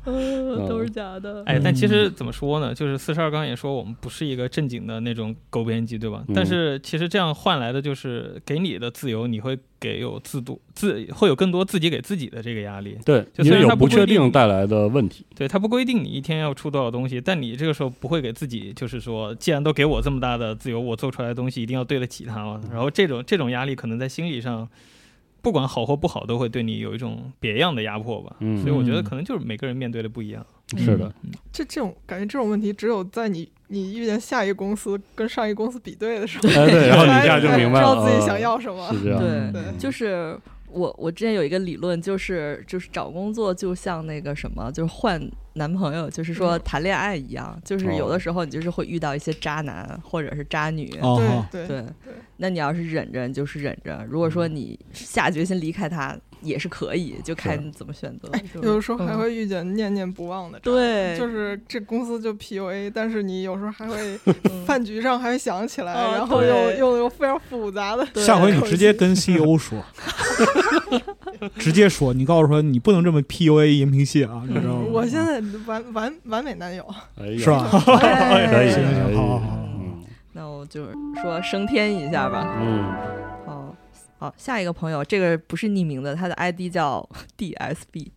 嗯都是假的。哎，但其实怎么说呢，就是四十二刚也说我们不是一个正经的那种狗编辑，对吧？嗯但是其实这样换来的就是给你的自由，你会给有自度自会有更多自己给自己的这个压力。对，就因虽为然有它不不确规定定带来的问题，对他不规定你一天要出多少东西，但你这个时候不会给自己就是说，既然都给我这么大的自由，我做出来的东西一定要对得起他嘛。然后这种这种压力可能在心理上，不管好或不好，都会对你有一种别样的压迫吧。嗯，所以我觉得可能就是每个人面对的不一样。嗯是的，这这种感觉，这种问题只有在你你遇见下一个公司跟上一个公司比对的时 (laughs) 候，哎对，然后你才这样就才明白知了，道自己呃想要什么。是这样，对对就是我我之前有一个理论，就是就是找工作就像那个什么，就是换男朋友，就是说嗯谈恋爱一样，就是哦有的时候你就是会遇到一些渣男或者是渣女。啊对哈，对对，那你要是忍着，你就是忍着。如果嗯说你下决心离开他，也是可以，就看你怎么选择。就是哎有的时候还嗯会遇见念念不忘的渣，对，就是这公司就 PUA，但是你有时候 (laughs) 还会嗯饭局上还会想起来，哦然后又对又又非常复杂的。对下回你直接跟 (laughs) CEO 说，直接说，你告诉说你不能这么 PUA 银屏系啊，你知道吗？嗯我现在完完完美男友，哎呀是吧？？哎 (laughs) 可以，嗯行可以行好好好嗯那我就是说升天一下吧。嗯，哦，好，下一个朋友，这个不是匿名的，他的 ID 叫 (laughs) DSB。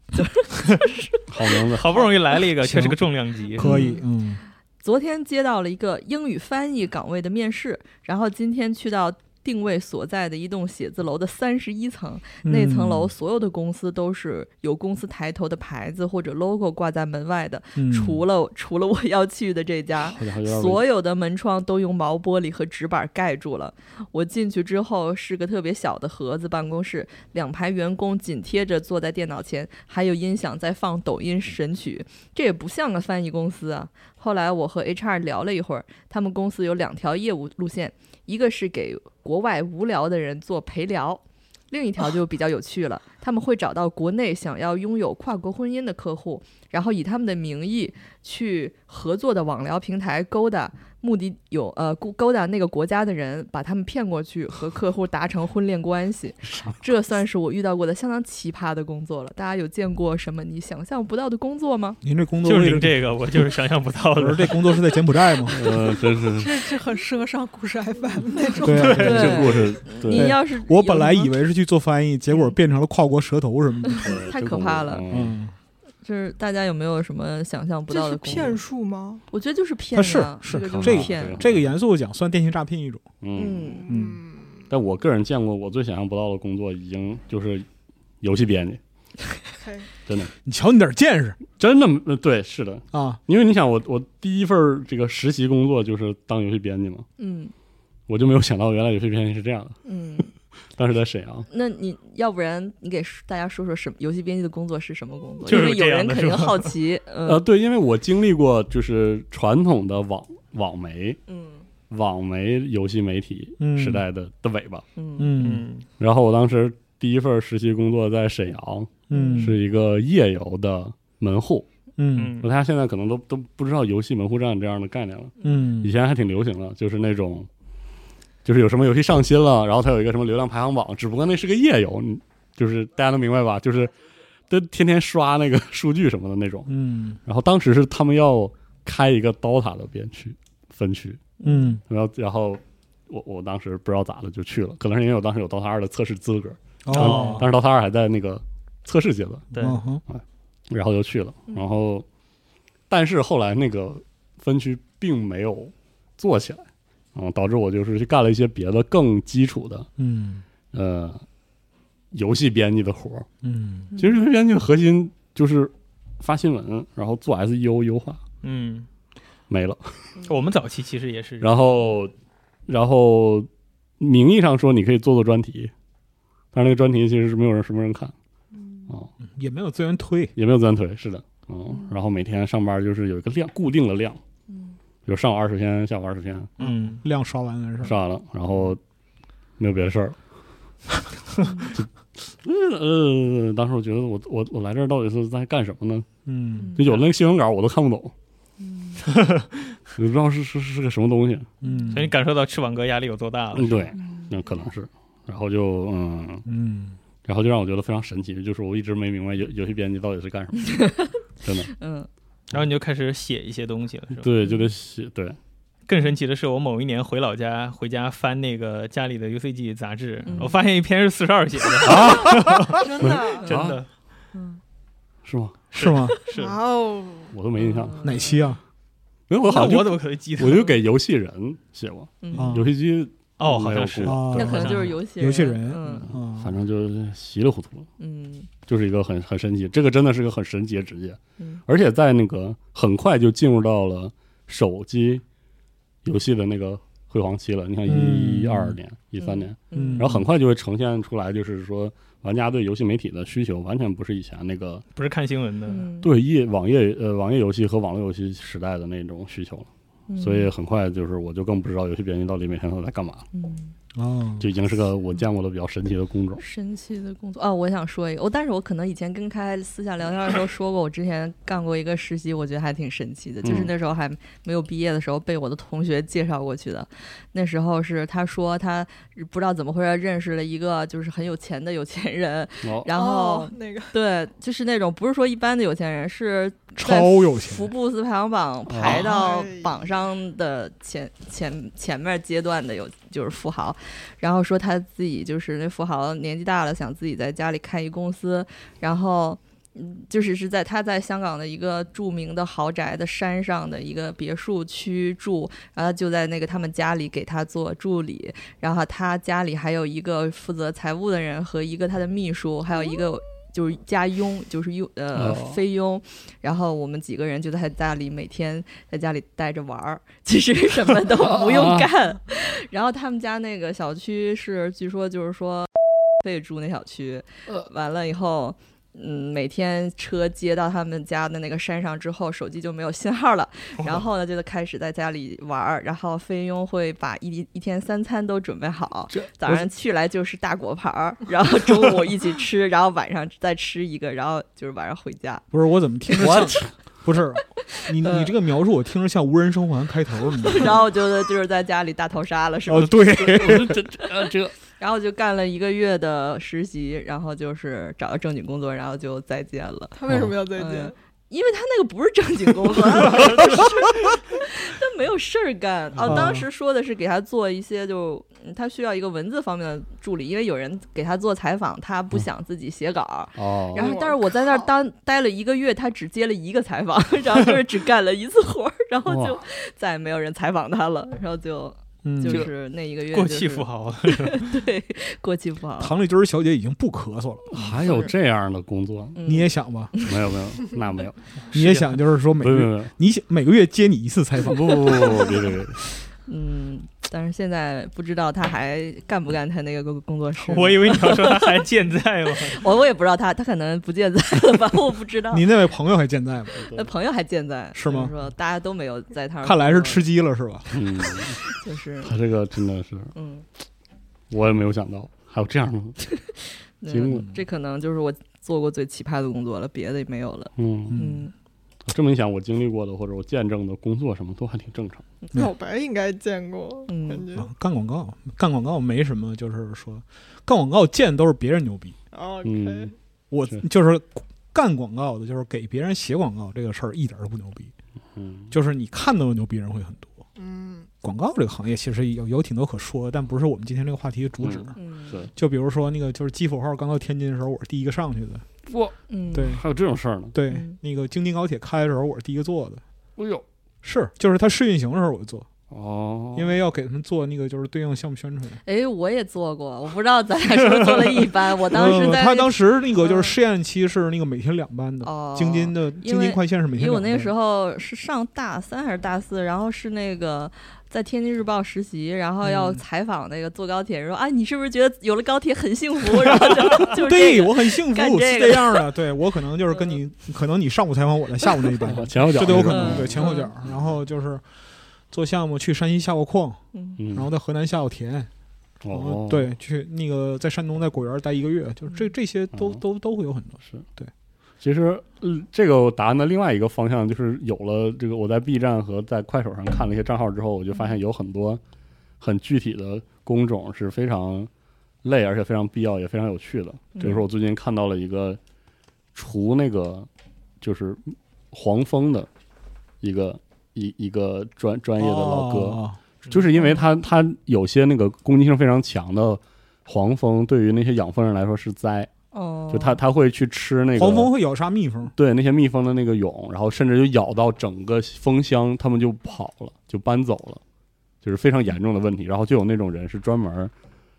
好名字，好不容易来了一个，行却是个重量级。可以，嗯，昨天接到了一个英语翻译岗位的面试，然后今天去到定位所在的一栋写字楼的三十一层，那层嗯楼所有的公司都是有公司抬头的牌子或者 logo 挂在门外的，嗯除了除了我要去的这家。好像还有点所有的门窗都用毛玻璃和纸板盖住了。我进去之后是个特别小的盒子办公室，两排员工紧贴着坐在电脑前，还有音响在放抖音神曲，这也不像个翻译公司啊。后来我和 HR 聊了一会儿，他们公司有两条业务路线，一个是给国外无聊的人做陪聊。另一条就比较有趣了，他们会找到国内想要拥有跨国婚姻的客户，然后以他们的名义去合作的网聊平台 Goda，目的有呃，Go- Goda 那个国家的人把他们骗过去，和客户达成婚恋关系。这算是我遇到过的相当奇葩的工作了。大家有见过什么你想象不到的工作吗？您这工作就是位您置，这个，我就是想象不到不是的。这工作是在柬埔 (laughs) 寨吗？呃，真是这这很适合上故事 FM 那种。对啊，这故事，你对，要是我本来有以为是去做翻译，结果变成了跨国蛇头什么的。对太真可恐怕怖了嗯，嗯，就是大家有没有什么想象不到这的是工作骗？术吗？我觉得就是骗它是啊，是这个就这是个骗。这个严肃讲算电信诈骗一种。嗯，嗯，嗯但我个人见过我最想象不到的工作，已经就是游戏编辑，嘿真的，你瞧你点见识真的，呃对，是的，啊！因为你想我，我第一份儿这个实习工作就是当游戏编辑嘛，嗯我就没有想到原来游戏编辑是这样的。嗯，当时在沈阳，那你要不然你给大家说说什么游戏编辑的工作是什么工作？就是因为有这样人的肯是定吧好奇，呃，嗯对，因为我经历过就是传统的网网媒、嗯网媒游戏媒体嗯时代的的尾巴。嗯嗯嗯然后我当时第一份实习工作在沈阳，嗯是一个夜游的门户。嗯嗯大家现在可能都都不知道游戏门户站这样的概念了，以嗯前还挺流行的，就是那种。就是有什么游戏上新了，然后它有一个什么流量排行榜，只不过那是个夜游，你就是大家都明白吧？就是都天天刷那个数据什么的那种。嗯然后当时是他们要开一个 DOTA 的边区分区，嗯然后然后我我当时不知道咋的就去了，可能是因为我当时有 DOTA 二的测试资格，哦当时 DOTA 二还在那个测试阶段，对，嗯哼然后就去了，然后但是后来那个分区并没有做起来，嗯，导致我就是去干了一些别的更基础的嗯呃游戏编辑的活儿。嗯其实游戏编辑的核心就是发新闻，然后做 SEO 优化，嗯，没了。我们早期其实也是，然后，然后名义上说你可以做做专题，但是那个专题其实是没有人什么人看，也没有资源推也没有自然推，是的，嗯。然后每天上班就是有一个量固定的量，嗯比如上午二十篇，下午二十篇，嗯，量刷完的事儿，上完了，然后没有别的事儿了。 (laughs) 就呃呃，当时我觉得我我我来这儿到底是在干什么呢？嗯就有的那个新闻稿我都看不懂，嗯也不知道是是是个什么东西。嗯所以你感受到翅膀哥压力有多大了嗯，。对，那可能是。然后就嗯，嗯然后就让我觉得非常神奇，就是我一直没明白游游戏编辑到底是干什么，真的。嗯然后你就开始写一些东西了，是吧？对，就得写，对，更神奇的是，我某一年回老家，回家翻那个家里的 UCG 杂志，嗯我发现一篇是四十二写的，啊真的 (laughs) (laughs) 真的嗯是吗？是吗？是。哇哦，我都没印嗯象，哪期啊？没啊有，我嗯好像那我就怎么可能记得？我就给游戏人写过，嗯啊游戏机，哦，好像是没有啊那可能就是游戏游戏人人，嗯啊反正就是稀里糊涂，嗯就是一个很很神奇，这个真的是个很神奇的职业，嗯而且在那个很快就进入到了手机游戏的那个辉煌期了。你看嗯一二年、一三年，嗯然后很快就会呈现出来，就是说玩家对游戏媒体的需求完全不是以前那个不是看新闻的，嗯，对页网页呃网页游戏和网络游戏时代的那种需求了，嗯所以很快就是我就更不知道游戏编辑到底每天都在干嘛了，嗯啊，就已经是个我见过的比较神奇的工 (laughs) 种。神奇的工作啊！我想说一个，我、但是我可能以前跟开私下聊天的时候说过，我之前干过一个实习，我觉得还挺神奇的，就是嗯那时候还没有毕业的时候被我的同学介绍过去的。那时候是他说他不知道怎么回事认识了一个就是很有钱的有钱人，哦，然后、哦那个 (laughs) 对，就是那种不是说一般的有钱人，是超有钱哦福布斯排行榜排到榜上的前前前面阶段的有就是富豪，然后说他自己就是那富豪年纪大了，想自己在家里开一公司，然后。嗯，就是是在他在香港的一个著名的豪宅的山上的一个别墅区住，然后他就在那个他们家里给他做助理，然后他家里还有一个负责财务的人和一个他的秘书，还有一个就是家佣，就是佣呃、哦菲佣，然后我们几个人就在他家里每天在家里待着玩儿，其实什么都不用干。然后他们家那个小区是，据说就是说，费住那小区，完了以后。嗯，每天车接到他们家的那个山上之后，手机就没有信号了。然后呢，就开始在家里玩儿。然后菲佣会把一一天三餐都准备好这，早上去来就是大果盘 (laughs) 儿，然后中午一起吃，然后晚上再吃一个，然后就是晚上回家。 (laughs) 不是我怎么听着像不是你呃你这个描述我听着像无人生还开头，你知道吗然 (laughs) 后我觉得就是在家里大逃杀了，是不 (laughs) 哦是？ (laughs) 对，然后就干了一个月的实习，然后就是找到正经工作，然后就再见了。他为什么要再见嗯？因为他那个不是正经工作，他没有事他没有事儿干。哦，哦当时说的是给他做一些就，嗯他需要一个文字方面的助理，因为有人给他做采访，他不想自己写稿。哦，然后，我但是我在那儿靠当待了一个月，他只接了一个采访， (laughs) 然后就是只干了一次活儿，然后就哇再也没有人采访他了，然后就嗯就这个是那一个月过就是气富豪，对，过气不好。唐丽君小姐已经不咳嗽了，还有这样的工作？嗯啊你也想吧？没有没有，那没有，你 (laughs) 也想就是说每 (laughs) 没个有月没有，你想每个月接你一次采不访，不不不不，别别别，嗯，但是现在不知道他还干不干他那个工工作室。我以为你要说他还健在 (laughs) 吗？我我也不知道他，他可能不健在了吧，我不知道。你那位朋友还健在吗？那朋友还健在，是吗就是说大家都没有在他那儿工作，看来是吃鸡了是吧？嗯，就是他这个真的是嗯，我也没有想到还有这样的，那经过这可能就是我做过最奇葩的工作了，别的也没有了。嗯，嗯，这么一想，我经历过的或者我见证的工作什么都还挺正常。嗯小白应该见过，嗯感觉啊干广告，干广告没什么，就是说干广告见都是别人牛逼， OK，嗯我是就是干广告的，就是给别人写广告这个事儿一点儿都不牛逼，嗯，就是你看到的牛逼人会很多。嗯，广告这个行业其实有有挺多可说的，但不是我们今天这个话题的主旨。嗯嗯，是就比如说那个，就是基辅号刚到天津的时候，我是第一个上去的。哇，嗯，对还有这种事儿呢？对，嗯那个京津高铁开的时候，我是第一个坐的。哎呦，是，就是它试运行的时候我就坐，哦，因为要给他们做那个就是对应项目宣传。哎，我也做过，我不知道咱俩是不是做了一班，我当时呃在他当时那个就嗯是试验期是那个每天两班的，哦，京津的京津快线是每因天两班的。为我那个时候是上大三还是大四，然后是那个在天津日报实习，然后要嗯采访那个坐高铁，人说啊，你是不是觉得有了高铁很幸福？ (laughs) 然后 (laughs) 就就是对、这个我很幸福，干我这是个这样的。对我可能就是跟你，可能你上午采访我在下午那一 (laughs) 班，哦前后脚这都有可能。嗯对前后脚，嗯然后就是做项目去山西下过矿，嗯嗯，然后在河南下过田，然后哦，，对去那个在山东在果园待一个月，就是这嗯这些都哦都都会有很多。是对。其实，嗯，这个答案的另外一个方向就是有了这个，我在 B 站和在快手上看了一些账号之后，我就发现有很多很具体的工种是非常累，而且非常必要，也非常有趣的。嗯比如说，我最近看到了一个除那个就是黄蜂的一个一一个专专业的老哥，哦就是因为它它有些那个攻击性非常强的黄蜂，对于那些养蜂人来说是灾，哦，就它它会去吃那个黄蜂会咬杀蜜蜂，对那些蜜蜂的那个蛹，然后甚至就咬到整个蜂箱，它们就跑了，就搬走了，就是非常严重的问题。然后就有那种人是专门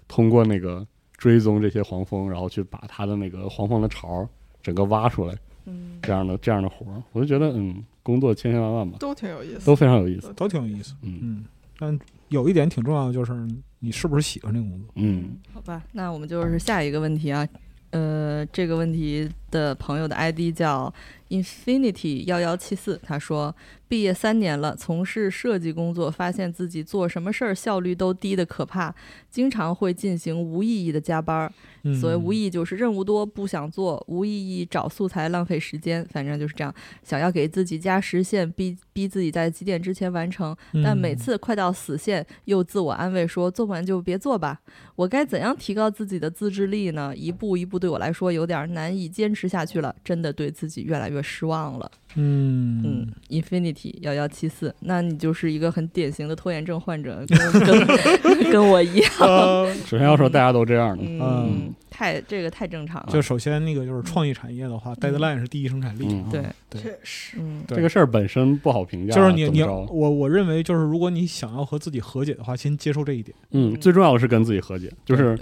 通过那个追踪这些黄蜂，然后去把它的那个黄蜂的巢整个挖出来，嗯这样的这样的活儿，我就觉得嗯，工作千千万万吧，都挺有意思，都非常有意思。都挺有意思。嗯嗯，但有一点挺重要的就是你是不是喜欢这个工作？嗯，好吧，那我们就是下一个问题啊，呃，这个问题的朋友的 ID 叫 Infinity 幺幺七四，他说毕业三年了，从事设计工作，发现自己做什么事儿效率都低的可怕，经常会进行无意义的加班儿。嗯所谓无意义就是任务多不想做，无意义找素材浪费时间，反正就是这样。想要给自己加时限，逼逼自己在几点之前完成，嗯但每次快到死线，又自我安慰说做不完就别做吧。我该怎样提高自己的自制力呢？一步一步对我来说有点难以坚持下去了，真的对自己越来越失望了。嗯嗯，Infinity 幺幺七四，那你就是一个很典型的拖延症患者，跟跟跟我一样。呃 (laughs) 首先要说大家都这样的，嗯，太这个太正常了。就首先那个就是创意产业的嗯话，deadline 是第一生产力嗯。啊对，对，确实，嗯对这个事儿本身不好评价，就是你怎么你着我我认为就是如果你想要和自己和解的话，先接受这一点。嗯，最重要的是跟自己和解，就是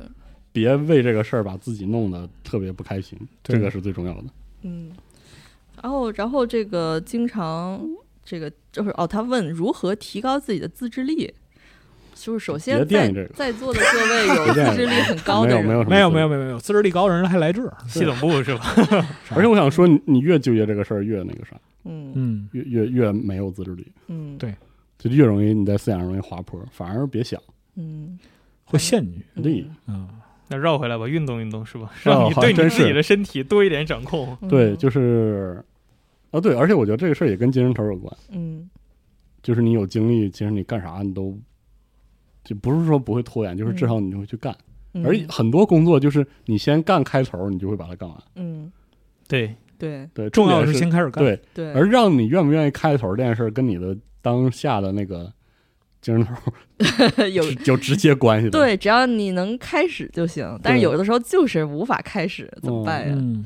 别为这个事儿把自己弄得特别不开心，对这个是最重要的。嗯，然后然后这个经常这个就是哦，他问如何提高自己的自制力，就是首别先在惦记这个在座的各位有别惦自记制力很高没的有没人，有什么没有没有错，没有没有，自制力高的人还来这儿，系统部是吧？而且我想说你，你越纠结这个事儿，越那个啥，嗯嗯，越越越没有自制力，嗯对就越容易你在思想上容易滑坡，反而别想。嗯会陷你对啊。那绕回来吧，运动运动是吧？哦让你好对你真自己是的身体多一点掌控。嗯对，就是啊，对，而且我觉得这个事儿也跟精神头儿有关，嗯就是你有精力，其实你干啥你都就不是说不会拖延，就是至少你就会去干。嗯而很多工作就是你先干开头儿，你就会把它干完。嗯对，对对，重要点是是先开始干。对，对而让你愿不愿意开头这件事，儿，跟你的当下的那个精神头儿有是 (laughs) 有直接关系的。，对，只要你能开始就行，但是对哦有的时候就是无法开始，怎么办呀？嗯，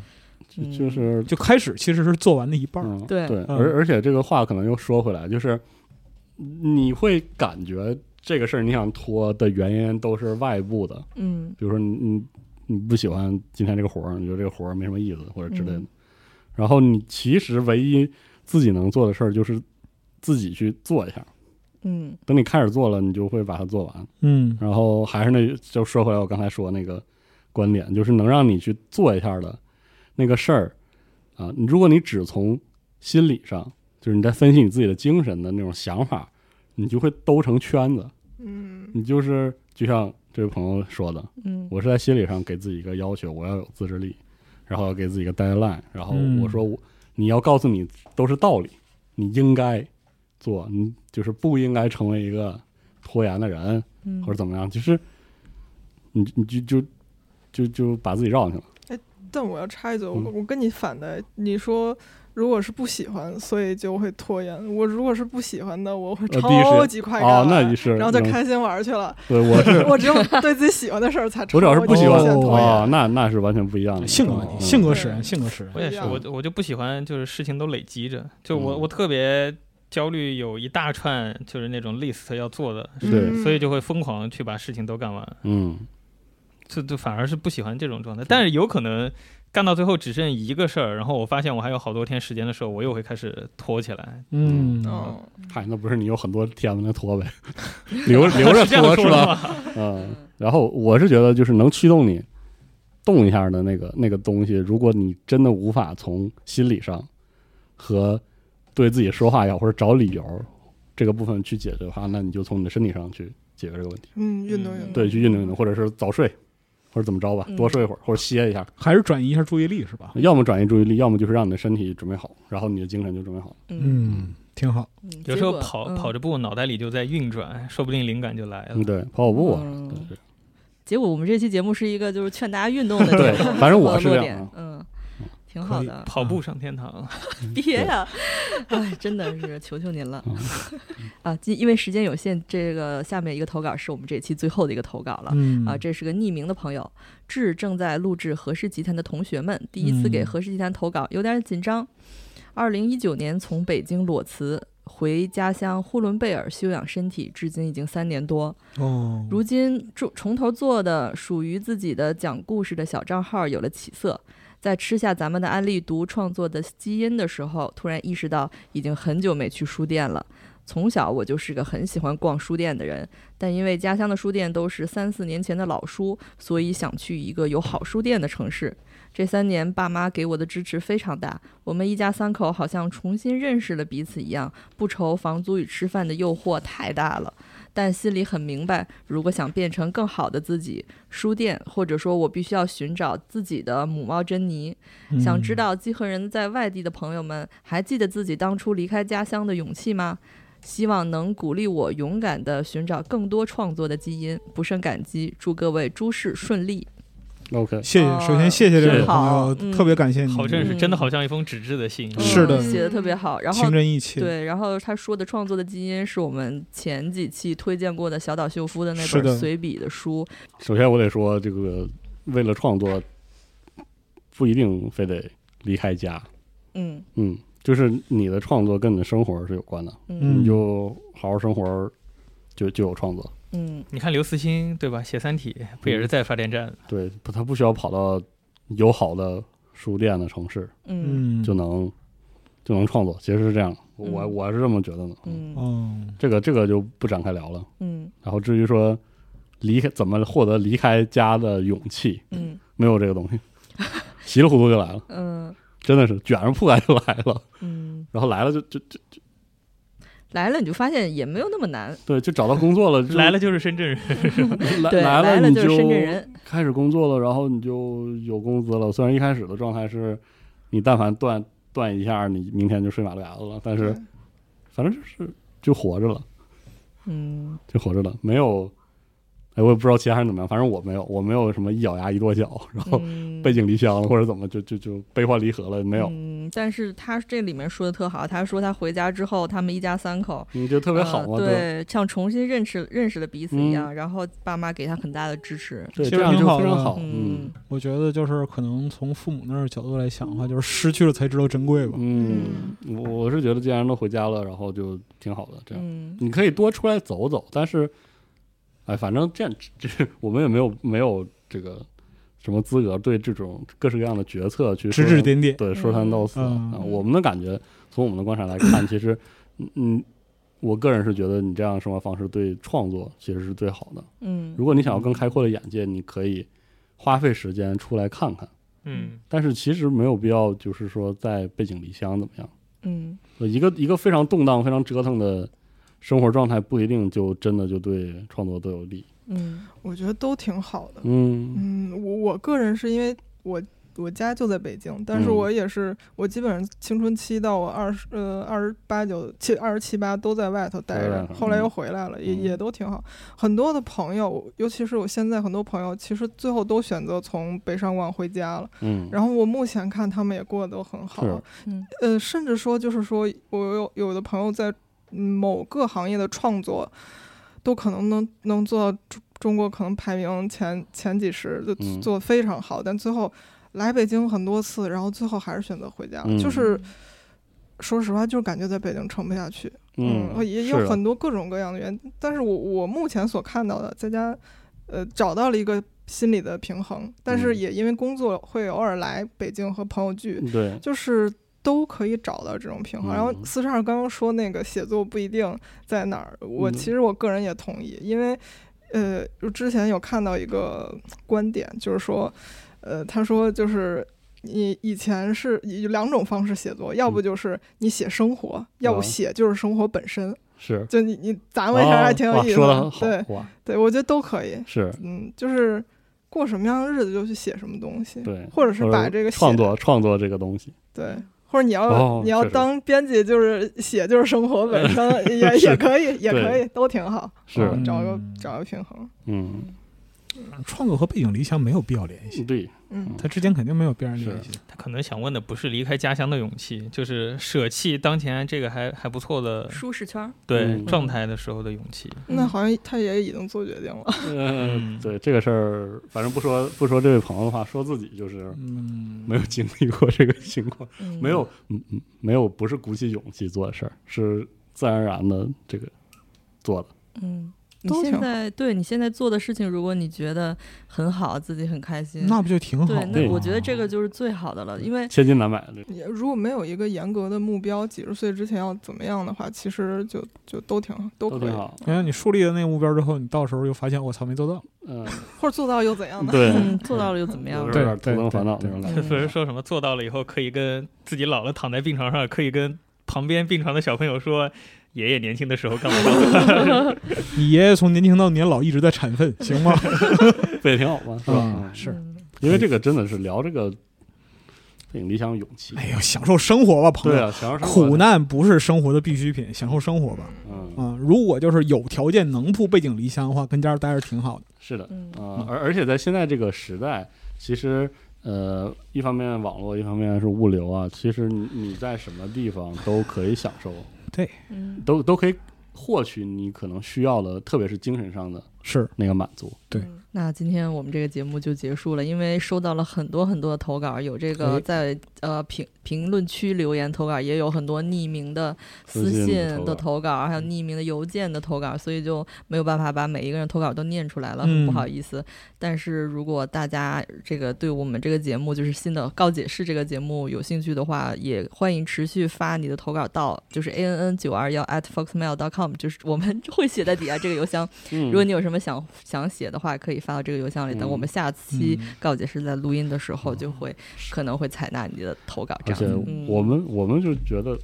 嗯就是就开始其实是做完的一半儿。嗯，对对，嗯而而且这个话可能又说回来，就是你会感觉这个事儿你想拖的原因都是外部的，嗯比如说你你你不喜欢今天这个活儿，你觉得这个活儿没什么意思或者之类的嗯，然后你其实唯一自己能做的事儿就是自己去做一下，嗯等你开始做了，你就会把它做完。嗯然后还是那，就说回来我刚才说那个观点，就是能让你去做一下的那个事儿啊，你如果你只从心理上，就是你在分析你自己的精神的那种想法，你就会兜成圈子。嗯你就是就像这位朋友说的，嗯我是在心理上给自己一个要求，我要有自制力，然后要给自己一个 deadline，然后嗯我说我、你要告诉你都是道理，你应该做，你就是不应该成为一个拖延的人嗯或者怎么样，就是你你就就就就把自己绕进去了。但我要插一嘴，我嗯我跟你反的，你说如果是不喜欢，所以就会拖延。我如果是不喜欢的，我会呃第一时间超级快干哦完，那你是然后就嗯开心玩去了。对，我是我只 (laughs) 有对自己喜欢的事儿才超我主要是不喜欢级无限拖延哦，那那是完全不一样的性格问题，嗯性格使然，性格使然我。也是，不一样我我就不喜欢就是事情都累积着，就我、嗯我特别焦虑，有一大串就是那种 list 要做的，对嗯所以就会疯狂地去把事情都干完，嗯这就反而是不喜欢这种状态。但是有可能干到最后只剩一个事儿，然后我发现我还有好多天时间的时候，我又会开始拖起来。嗯，哦，嗨，那不是你有很多天在那拖呗，留 (laughs) 留 (laughs) 着是这样拖说吧的？ (laughs) 吗？嗯，然后我是觉得就是能驱动你动一下的那个那个东西，如果你真的无法从心理上和对自己说话也好，或者找理由这个部分去解决的话，那你就从你的身体上去解决这个问题。嗯，运动运动，对，去运动运动，或者是早睡，或者怎么着吧嗯，多睡一会儿，或者歇一下。还是转移一下注意力是吧？要么转移注意力，要么就是让你的身体准备好，然后你的精神就准备好了。嗯，嗯，挺好。有时候跑、跑着步，脑袋里就在运转，说不定灵感就来了。嗯，对，跑跑步啊，嗯对对结果我们这期节目是一个就是劝大家运动的对这种反正我是落这样点啊，嗯，挺好的，跑步上天堂， (laughs) 别呀、哎，真的是求求您了嗯 (laughs) 啊！今因为时间有限，这个下面一个投稿是我们这期最后的一个投稿了。嗯啊，这是个匿名的朋友，致正在录制何氏集团的同学们，第一次给嗯何氏集团投稿，有点紧张。二零一九年从北京裸辞回家乡呼伦贝尔休养身体，至今已经三年多。哦，如今重从头做的属于自己的讲故事的小账号有了起色，在吃下咱们的安利读创作的基因的时候，突然意识到已经很久没去书店了。从小我就是个很喜欢逛书店的人，但因为家乡的书店都是三四年前的老书，所以想去一个有好书店的城市。这三年，爸妈给我的支持非常大，我们一家三口好像重新认识了彼此一样，不愁房租与吃饭的诱惑太大了。但心里很明白，如果想变成更好的自己，书店或者说我必须要寻找自己的母猫珍妮。嗯想知道集合人在外地的朋友们，还记得自己当初离开家乡的勇气吗？希望能鼓励我勇敢地寻找更多创作的基因，不胜感激。祝各位诸事顺利。 ，OK，谢谢，首先谢谢这位朋哦好友，嗯特别感谢你，好阵势嗯真的好像一封纸质的信。是的嗯写的特别好。然后情真意切。对，然后他说的创作的基因是我们前几期推荐过的小岛秀夫的那是本的随笔的书，首先我得说，这个为了创作，不一定非得离开家。嗯嗯，就是你的创作跟你的生活是有关的，嗯你就好好生活，就就有创作。嗯你看刘慈欣对吧？写《三体》不嗯也是在发电站？对，不，他不需要跑到有好的书店的城市嗯嗯，就能、就能创作，其实是这样，我嗯我是这么觉得的。，嗯哦，这个这个就不展开聊了。嗯然后至于说离开怎么获得离开家的勇气，嗯没有这个 (laughs) 东西，稀里糊涂就来了，嗯真的是卷着铺盖就来了。嗯，然后来了就就就来了你就发现也没有那么难，对，就找到工作了，就来了就是深圳人，嗯来对，呃来来你就是深圳人，开始工作了，然后你就有工资了。虽然一开始的状态是，你但凡断断一下，你明天就睡马路牙子了，但是对反正就是就活着了， (laughs) 嗯就活着了，没有。哎，我也不知道其他人怎么样，反正我没有，我没有什么一咬牙一跺脚，然后嗯，哦 (laughs) 背井离乡了或者怎么就就就悲欢离合了，没有，嗯，但是他这里面说的特好，他说他回家之后，他们一家三口你嗯就特特别好嘛，对啊嗯对，像重新认识认识了彼此一样，然后爸妈给他很大的支持，对，其实这样就挺好非常的好，嗯我觉得就是可能从父母那儿角度来想的话，就是失去了才知道珍贵吧。嗯，我我是觉得既然都回家了，然后就挺好的，这样。嗯你可以多出来走走，但是，哎，反正这样， (laughs) 这我们也没有没有这个什么资格对这种各式各样的决策去指说指点点，对说三道四、嗯啊。我们的感觉，从我们的观察来看，其实，嗯嗯，我个人是觉得你这样的生活方式对创作其实是最好的。嗯如果你想要更开阔的眼界，你可以花费时间出来看看，嗯但是其实没有必要就是说在背井离乡怎么样。呃嗯一个一个非常动荡、非常折腾的生活状态，不一定就真的就对创作都有利。嗯我觉得都挺好的。嗯嗯，我我个人是因为我我家就在北京，但是嗯我也是、我基本上青春期到我二十呃二十八九七二十七八都在外头待都在外着头，后来又回来了，也嗯也都挺好。很多的朋友，尤其是我现在很多朋友，其实最后都选择从北上广回家了。嗯，然后我目前看他们也过得都很好，是嗯呃，甚至说就是说我有有的朋友在某个行业的创作，都可能能能做到中中国可能排名前前几十，就嗯做得非常好，但最后来北京很多次，然后最后还是选择回家，嗯就是说实话，就是感觉在北京撑不下去，呃嗯，也也是有的很多各种各样的原因，但是我我目前所看到的，在家，呃，找到了一个心理的平衡，但是嗯也因为工作会偶尔来北京和朋友聚，对，就是都可以找到这种平衡。然后嗯四十二刚刚说那个写作不一定在哪儿，我嗯其实我个人也同意，因为呃，就之前有看到一个观点，就是说，呃，他说就是。你以前是有两种方式写作，要不就是你写生活，要不嗯啊写就是生活本身。是。啊就你你咱们一下还挺有哦哇意思说的，的好对哇，对，我觉得都可以。是嗯，就是过什么样的日子就去写什么东西，对，或者是把这个写创作创作这个东西，对，或者你要、哦你要确实嗯当编辑，就是写就是生活本身，也也可以，也可以，都挺好。是嗯找个嗯找个平衡。嗯，创作和背井离乡没有必要联系，对，嗯他之间肯定没有必然联系。他可能想问的不是离开家乡的勇气，就是舍弃当前这个还还不错的舒适圈儿对、嗯状态的时候的勇气。嗯那好像他也已经做决定了。 (laughs) 嗯，对这个事儿，反正不说不说这位朋友的话，说自己就是嗯，没有经历过这个情况，嗯没有，嗯嗯，没有不是鼓起勇气做的事儿，是自然而然的这个做的，嗯。你都挺现好在对你现在做的事情，如果你觉得很好，自己很开心，那不就挺好对，吗？那我觉得这个就是最好的了，因为千金难买的这个，也如果没有一个严格的目标，几十岁之前要怎么样的话，其实就就都挺好，都都可挺以，好，因哎为你树立了那个目标之后，你到时候又发现我操没做到，嗯，或者做到又怎样呢？对，嗯，做到了又怎么样有对时候有点徒增烦恼那种感觉，嗯不是说什么做到了以后可以跟自己老了躺在病床上，可以跟旁边病床的小朋友说，爷爷年轻的时候干嘛干嘛。你爷爷从年轻到年老一直在产粪，行吗？ (laughs) 不也挺好吗？是吧？啊，是。嗯因为这个真的是聊这个背影理想勇气，哎呦，享受生活吧，朋对友。啊，享受生活苦，难不是生活的必需品，享受生活吧。嗯，啊、如果就是有条件能不背井离乡的话，跟家待着挺好的。是的，嗯啊，而而且在现在这个时代，其实呃，一方面网络，一方面是物流啊，其实你你在什么地方都可以享受，嗯，都都可以获取你可能需要的，特别是精神上的是，那个满足。对嗯那今天我们这个节目就结束了，因为收到了很多很多的投稿，有这个哎在呃评评论区留言投稿，也有很多匿名的私私信信的的投稿嗯投稿，还有匿名的邮件的投稿，所以就没有办法把每一个人投稿都念出来了，很不嗯好意思。但是如果大家这个对我们这个节目就是新的告解室这个节目有兴趣的话，也欢迎持续发你的投稿到就是 a n n 九二幺 at foxmail.com，就是我们会写在底下这个邮箱。嗯，如果你有什么想想写的话，可以发到这个邮箱里。等我们下期嗯告解室在录音的时候，就会可能会采纳你的投稿。这哦而样子且嗯我们我们就觉得，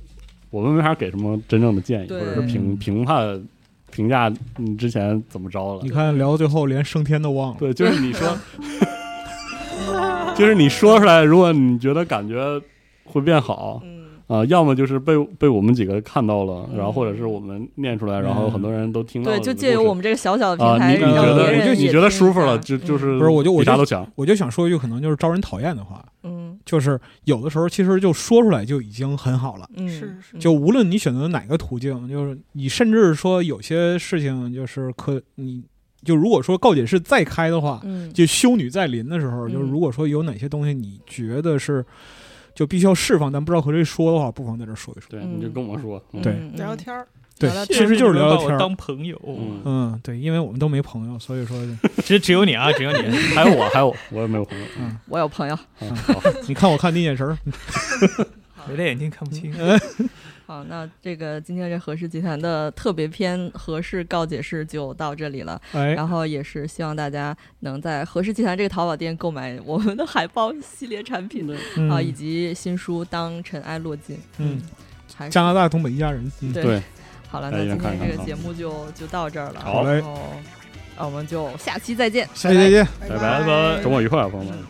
我们没法给什么真正的建议，或对者是评嗯评判评价你之前怎么着了你。看聊到最后连升天都忘了。对，就是你说， (laughs) 就是你说出来，如果你觉得感觉会变好嗯，啊、要么就是被被我们几个看到了，然后嗯或者是我们念出来，然后很多人都听到了对，你的就故事。借由我们这个小小的平啊，台，你让你觉别得人就你也觉得听舒一服下了，就就嗯是不是我就我比啥就都强，我就想说一句可能就是招人讨厌的话，嗯就是有的时候其实就说出来就已经很好了。嗯是是就无论你选择哪个途径，就是你甚至说有些事情就是可你就如果说告解室再开的话，嗯就修女再临的时候，嗯就是如果说有哪些东西你觉得是就必须要释放，但不知道和谁说的话，不妨在这说一说。对，嗯你就跟我说，嗯对嗯聊聊嗯天儿，对 (laughs) 聊聊，其天实就是聊聊把天我儿。当朋友，嗯，嗯，对，因为我们都没朋友，所以说，只只有你啊，只有你。 (laughs) 还有我，还有我，我也没有朋友。嗯我有朋友。嗯好你看我看你眼神儿，好，没戴眼镜看不清。好，那这个今天这何氏集团的特别篇《何氏告解室》就到这里了。 (laughs) 哎，然后也是希望大家能在何氏集团这个淘宝店购买我们的海报系列产品嗯啊，以及新书《当尘埃落尽》。嗯，还是加拿大东北一家人，嗯，对对，好了，大那家今看天看这个啊节目就就到这儿了。好然后，那我们就下期再见。下期再见。拜拜拜拜周末愉快啊，朋友们。嗯